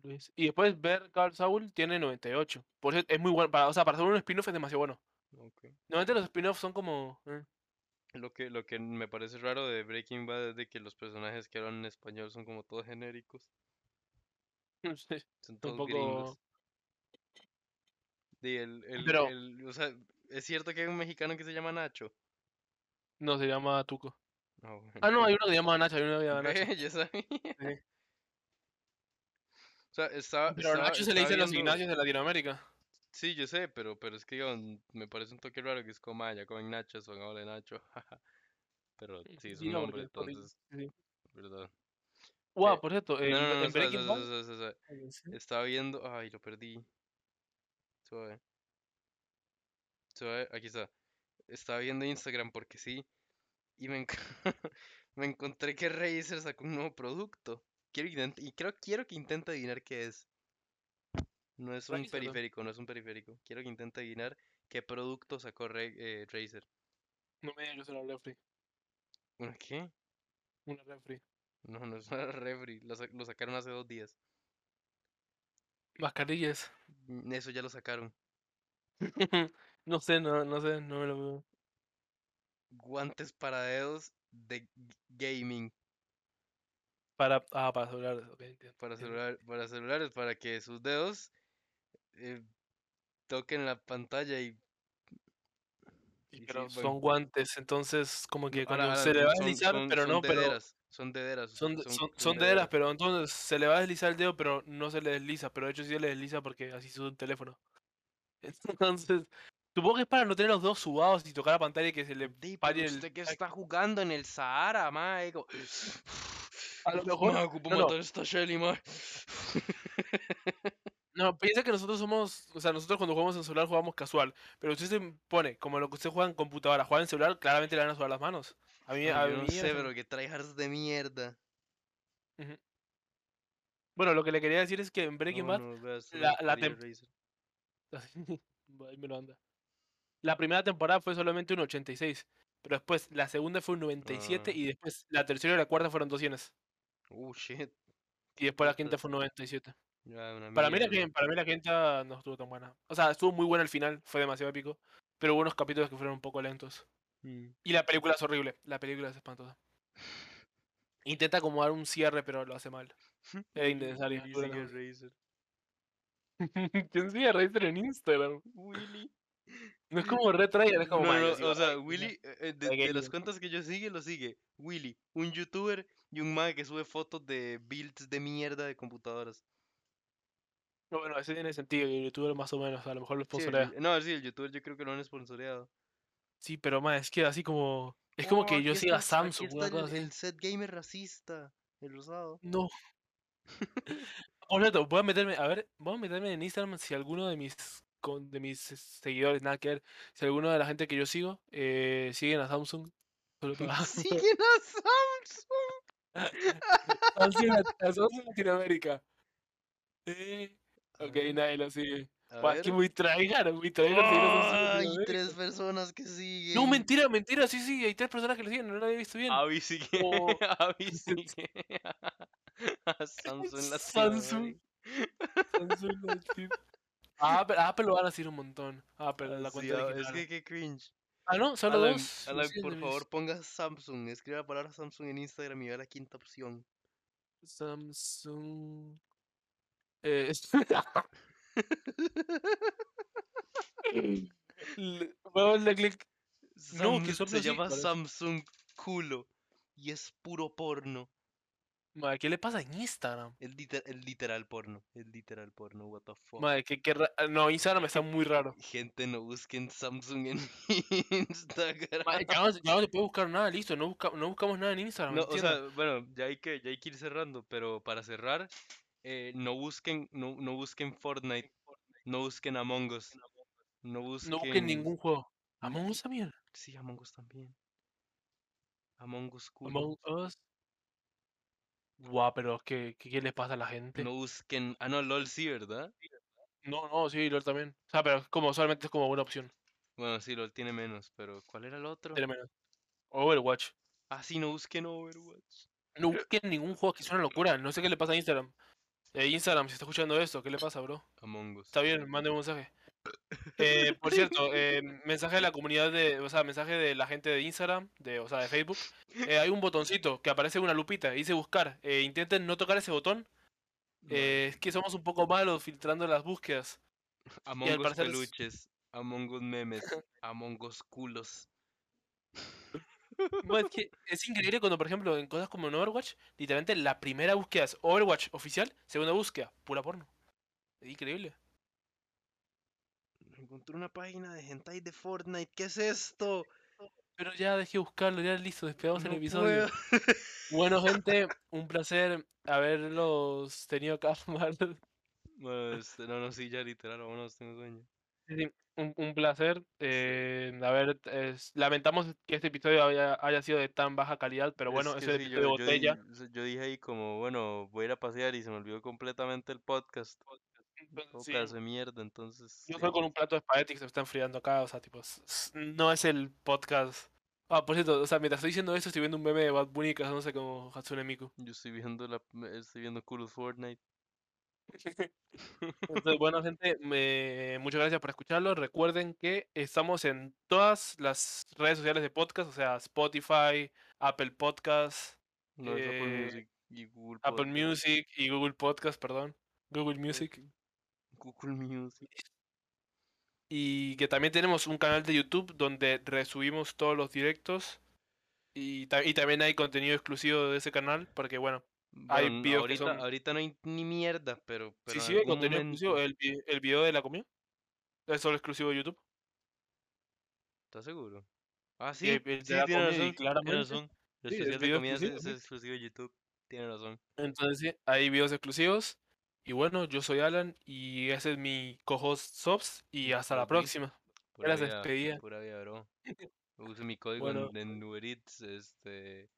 Speaker 2: Luis. Y después ver Carl Saul tiene 98. Por eso es muy bueno, para, o sea, para hacer un spin-off es demasiado bueno.
Speaker 1: Ok.
Speaker 2: Normalmente los spin-offs son como... eh,
Speaker 1: Lo que, lo que me parece raro de Breaking Bad es de que los personajes que hablan en español son como todos genéricos.
Speaker 2: no sé,
Speaker 1: Son
Speaker 2: un
Speaker 1: todos gringos.
Speaker 2: poco...
Speaker 1: De el, el-
Speaker 2: Pero-
Speaker 1: el- o sea, es cierto que hay un mexicano que se llama Nacho.
Speaker 2: No, se llama Tuco.
Speaker 1: Ah, bueno.
Speaker 2: Ah, no, hay uno que se llama Nacho, hay uno que se llama Nacho.
Speaker 1: Ve, yo sabía.
Speaker 2: Sí.
Speaker 1: O sea, estaba,
Speaker 2: Pero
Speaker 1: estaba-
Speaker 2: Nacho se le
Speaker 1: estaba
Speaker 2: dice a los
Speaker 1: viendo-
Speaker 2: Ignacios de Latinoamérica.
Speaker 1: Sí, yo sé, pero, pero es que digamos, me parece un toque raro que es como, "Ah, ya comen nachos, son ahora de Nacho. jaja". Pero sí, es
Speaker 2: Sí,
Speaker 1: un
Speaker 2: no,
Speaker 1: hombre,
Speaker 2: porque es por ahí,
Speaker 1: entonces,
Speaker 2: sí.
Speaker 1: ¿verdad?
Speaker 2: Guau, por cierto, en,
Speaker 1: No, no, no,
Speaker 2: en
Speaker 1: espera,
Speaker 2: Breaking
Speaker 1: espera,
Speaker 2: Bad...
Speaker 1: espera, espera, espera.
Speaker 2: Ay, sí.
Speaker 1: Estaba viendo, ay, lo perdí. Suave. Suave, aquí está. Estaba viendo Instagram porque sí, y me, enc- me encontré que Razer sacó un nuevo producto. Quiero ident- y creo, quiero que intente adivinar qué es. No es un
Speaker 2: Razer, ¿no?
Speaker 1: periférico, no es un periférico. Quiero que intente adivinar qué producto sacó Ra- eh, Razer.
Speaker 2: No me digas que es una refri.
Speaker 1: ¿Una qué?
Speaker 2: Una refri.
Speaker 1: No, no es una refri. la sa- Lo, sacaron hace dos días.
Speaker 2: Mascarillas.
Speaker 1: Mm, Eso ya lo sacaron.
Speaker 2: No sé, no, no sé, no me lo veo.
Speaker 1: Guantes para dedos de g- gaming.
Speaker 2: Para, ah, para celular, ok, entiendo.
Speaker 1: Para,
Speaker 2: entiendo.
Speaker 1: celular, para celulares, para que sus dedos eh, toquen la pantalla y.
Speaker 2: Y
Speaker 1: y sí,
Speaker 2: pero
Speaker 1: bueno,
Speaker 2: son guantes, entonces como que
Speaker 1: ahora-
Speaker 2: cuando
Speaker 1: ahora
Speaker 2: se le
Speaker 1: son-
Speaker 2: va a
Speaker 1: son-
Speaker 2: deslizar,
Speaker 1: son-
Speaker 2: pero
Speaker 1: son
Speaker 2: no, pero
Speaker 1: dederas, Son dederas.
Speaker 2: son, de-
Speaker 1: son-
Speaker 2: son,
Speaker 1: son
Speaker 2: son dedos,
Speaker 1: dederas.
Speaker 2: pero entonces se le va a deslizar el dedo, pero no se le desliza, pero de hecho sí se le desliza porque así es un teléfono. Entonces, supongo que es para no tener los dedos sudados y tocar la pantalla y que se le
Speaker 1: Di, pero
Speaker 2: falle el...
Speaker 1: usted que
Speaker 2: tac.
Speaker 1: está jugando en el Sahara, mae. como,
Speaker 2: A lo mejor-
Speaker 1: "Mae, ocupo
Speaker 2: no, no.
Speaker 1: matar a esta Shelly, mae".
Speaker 2: No, piensa que nosotros somos, o sea, nosotros cuando jugamos en celular jugamos casual, pero usted se pone como lo que usted juega en computadora, juega en celular, claramente le van a sudar las manos. A mí,
Speaker 1: No,
Speaker 2: a
Speaker 1: yo no
Speaker 2: mí
Speaker 1: sé,
Speaker 2: eso me-
Speaker 1: pero que tryhards de mierda.
Speaker 2: Bueno, lo que le quería decir es que en Breaking
Speaker 1: No,
Speaker 2: Bad,
Speaker 1: no, veas,
Speaker 2: la-
Speaker 1: una
Speaker 2: la
Speaker 1: porquería
Speaker 2: tem-
Speaker 1: de Razer.
Speaker 2: Va, ahí me lo anda. La primera temporada fue solamente un 86, pero después la segunda fue un 97
Speaker 1: Ah.
Speaker 2: y después la tercera y la cuarta fueron 200
Speaker 1: Uh, shit.
Speaker 2: y después la
Speaker 1: putas.
Speaker 2: quinta fue un 97.
Speaker 1: Ya, una
Speaker 2: Para mí, la
Speaker 1: mierda.
Speaker 2: que, para mí la quinta no estuvo tan buena. O sea, estuvo muy buena al final, fue demasiado épico, pero hubo unos capítulos que fueron un poco lentos.
Speaker 1: Mm.
Speaker 2: Y la película es horrible. La película es espantosa. Intenta como dar un cierre, pero lo hace mal.
Speaker 1: Mm,
Speaker 2: Es innecesario.
Speaker 1: Willy
Speaker 2: dura
Speaker 1: sigue
Speaker 2: nada.
Speaker 1: Razer.
Speaker 2: ¿Quién sigue a Razer en Instagram?
Speaker 1: Willy.
Speaker 2: No es como Retrayer, es
Speaker 1: No,
Speaker 2: como "Man, yo
Speaker 1: no,
Speaker 2: sigo a
Speaker 1: o sea,
Speaker 2: Razer".
Speaker 1: Willy, eh, eh, de,
Speaker 2: Ay, qué
Speaker 1: de las
Speaker 2: lindo.
Speaker 1: cuentas que yo sigue, lo sigue. Willy, un youtuber y un mag que sube fotos de builds de mierda de computadoras.
Speaker 2: No, bueno, ese tiene sentido. Y el youtuber más o menos, a lo mejor lo
Speaker 1: Sí, el
Speaker 2: sponsorea.
Speaker 1: you- no, sí, el youtuber yo creo que lo han esponsoreado.
Speaker 2: Sí, pero más, es que así como. Es como
Speaker 1: Oh,
Speaker 2: que yo
Speaker 1: aquí
Speaker 2: siga a
Speaker 1: está- aquí
Speaker 2: Samsung,
Speaker 1: está
Speaker 2: una cosa
Speaker 1: el,
Speaker 2: así.
Speaker 1: el set gamer racista, el rosado.
Speaker 2: No. Por cierto, voy a meterme. A ver, voy a meterme en Instagram si alguno de mis. Con, de mis seguidores, nada que ver. Si alguno de la gente que yo sigo eh, siguen a Samsung, absoluta.
Speaker 1: Siguen a Samsung.
Speaker 2: Así en Lat- así en Latinoamérica. Sí. Ok, nadie lo sigue.
Speaker 1: A
Speaker 2: Buah, es que
Speaker 1: ver.
Speaker 2: muy tryhard, muy tryhard seguir a Samsung en
Speaker 1: Ay,
Speaker 2: Latinoamérica.
Speaker 1: tres personas que siguen.
Speaker 2: No, mentira, mentira, sí, sí, hay tres personas que lo siguen, no lo había visto bien. Oh.
Speaker 1: Avi sigue.
Speaker 2: O-
Speaker 1: Avi
Speaker 2: Sí, sí.
Speaker 1: sigue. A Samsung la
Speaker 2: Samsung. Samsung Latino. Ah, pero, ah, pero lo van a decir un montón. Ah, pero la cuenta de
Speaker 1: es que qué cringe.
Speaker 2: Ah, no, solo
Speaker 1: Alan,
Speaker 2: dos.
Speaker 1: Alan,
Speaker 2: Sí,
Speaker 1: por
Speaker 2: de mis-
Speaker 1: favor, ponga Samsung. Escriba la palabra Samsung en Instagram y vea la quinta opción.
Speaker 2: Samsung. Eh, le- voy a darle clic. No, que
Speaker 1: Samsung-
Speaker 2: solo
Speaker 1: se
Speaker 2: sí,
Speaker 1: llama
Speaker 2: parece.
Speaker 1: Samsung culo y es puro porno.
Speaker 2: Madre, ¿qué le pasa en Instagram?
Speaker 1: Es, liter- es literal porno. Es literal porno. What the fuck.
Speaker 2: Madre, que, que ra- ah, No, Instagram está muy raro.
Speaker 1: Gente, no busquen Samsung en Instagram.
Speaker 2: Madre, ya, no, se- ya no se puede buscar nada, listo. No, busca- no buscamos nada en Instagram.
Speaker 1: No, o
Speaker 2: entiendo.
Speaker 1: sea, bueno, ya hay que, ya hay que ir cerrando, pero para cerrar, eh, no busquen, no, no busquen Fortnite, no busquen Among Us, no busquen,
Speaker 2: no busquen ningún juego. Among Us también.
Speaker 1: Sí, Among Us también. Among Us culo.
Speaker 2: Among Us. Guau, pero ¿qué, qué, qué le pasa a la gente?
Speaker 1: No busquen, ah no, LOL sí, ¿verdad?
Speaker 2: No, no, sí, LOL también. O sea, pero es como solamente es como una opción.
Speaker 1: Bueno, sí, LOL tiene menos, pero ¿cuál era el otro?
Speaker 2: tiene menos. Overwatch. Eh,
Speaker 1: Ah, sí, no busquen Overwatch.
Speaker 2: No busquen ningún juego, que es una locura. No sé qué le pasa a Instagram. Eh, Instagram, si está escuchando esto, ¿qué le pasa, bro?
Speaker 1: Among Us.
Speaker 2: Está bien, mande un mensaje. Eh, por cierto, eh, mensaje de la comunidad de, o sea, mensaje de la gente de Instagram, de, o sea, de Facebook. Eh, hay un botoncito que aparece una lupita, dice buscar. Eh, intenten no tocar ese botón.
Speaker 1: Madre,
Speaker 2: Eh, es que somos un poco malos filtrando las búsquedas.
Speaker 1: Among
Speaker 2: al
Speaker 1: Us
Speaker 2: parecer es-
Speaker 1: peluches, Among Us memes, Among Us culos.
Speaker 2: No, es que es increíble cuando, por ejemplo, en cosas como en Overwatch, literalmente la primera búsqueda es Overwatch oficial, segunda búsqueda, pura porno. Es increíble.
Speaker 1: Encontré una página de hentai de Fortnite, ¿qué es esto?
Speaker 2: Pero ya dejé buscarlo, ya listo, despegamos el
Speaker 1: No
Speaker 2: episodio. Bueno, gente, un placer haberlos tenido acá. Marlon.
Speaker 1: Bueno, este, no, no, sí, ya literal, vámonos, tengo sueño.
Speaker 2: Sí, sí, Un, un placer. eh, a ver, es- lamentamos que este episodio haya, haya sido de tan baja calidad, pero bueno,
Speaker 1: es
Speaker 2: es
Speaker 1: que
Speaker 2: el
Speaker 1: sí,
Speaker 2: episodio
Speaker 1: yo, yo di-
Speaker 2: botella.
Speaker 1: se- yo dije ahí como, bueno, voy a ir a pasear y se me olvidó completamente el podcast.
Speaker 2: entonces,
Speaker 1: Todo
Speaker 2: sí.
Speaker 1: pedazo de mierda, entonces.
Speaker 2: Yo
Speaker 1: eh,
Speaker 2: estoy con un plato de espagueti que se me está enfriando acá, o sea, tipo, s- s- no es el podcast. Ah, por cierto, o sea, mientras estoy diciendo esto, estoy viendo un meme de Bad Bunny casándose con Hatsune Miku.
Speaker 1: yo estoy viendo la, me- estoy viendo Cool Fortnite.
Speaker 2: Entonces, bueno, gente, me- muchas gracias por escucharlo. Recuerden que estamos en todas las redes sociales de podcast, o sea, Spotify, Apple Podcast,
Speaker 1: No es Apple
Speaker 2: Eh,
Speaker 1: Music y Google
Speaker 2: Apple
Speaker 1: Podcast,
Speaker 2: Music y Google Podcast, perdón. Google Music.
Speaker 1: eh, Google Music.
Speaker 2: Y que también tenemos un canal de YouTube donde resubimos todos los directos. Y, ta- y también hay contenido exclusivo de ese canal, porque bueno, Hay
Speaker 1: Bueno,
Speaker 2: videos que
Speaker 1: ahorita,
Speaker 2: son-
Speaker 1: ahorita no hay ni mierda, pero, pero
Speaker 2: si
Speaker 1: en
Speaker 2: sigue
Speaker 1: algún
Speaker 2: contenido exclusivo,
Speaker 1: momento-
Speaker 2: el, vi- el video de la comida es solo exclusivo de YouTube.
Speaker 1: ¿Estás seguro? Ah, sí,
Speaker 2: el de
Speaker 1: sí,
Speaker 2: la
Speaker 1: tiene
Speaker 2: comida, y
Speaker 1: razón,
Speaker 2: claramente-
Speaker 1: tiene razón. El
Speaker 2: sí, el
Speaker 1: especial de
Speaker 2: video
Speaker 1: comida es,
Speaker 2: exclusivo,
Speaker 1: es
Speaker 2: sí.
Speaker 1: exclusivo de YouTube, tiene razón.
Speaker 2: Entonces sí, hay videos exclusivos. Y bueno, yo soy Alan y ese es mi co-host Sobs y hasta la
Speaker 1: Sobs.
Speaker 2: próxima.
Speaker 1: Pura
Speaker 2: las
Speaker 1: vida,
Speaker 2: despedía.
Speaker 1: pura vida, bro. Uso mi código
Speaker 2: Bueno.
Speaker 1: en, en Uber Eats, este,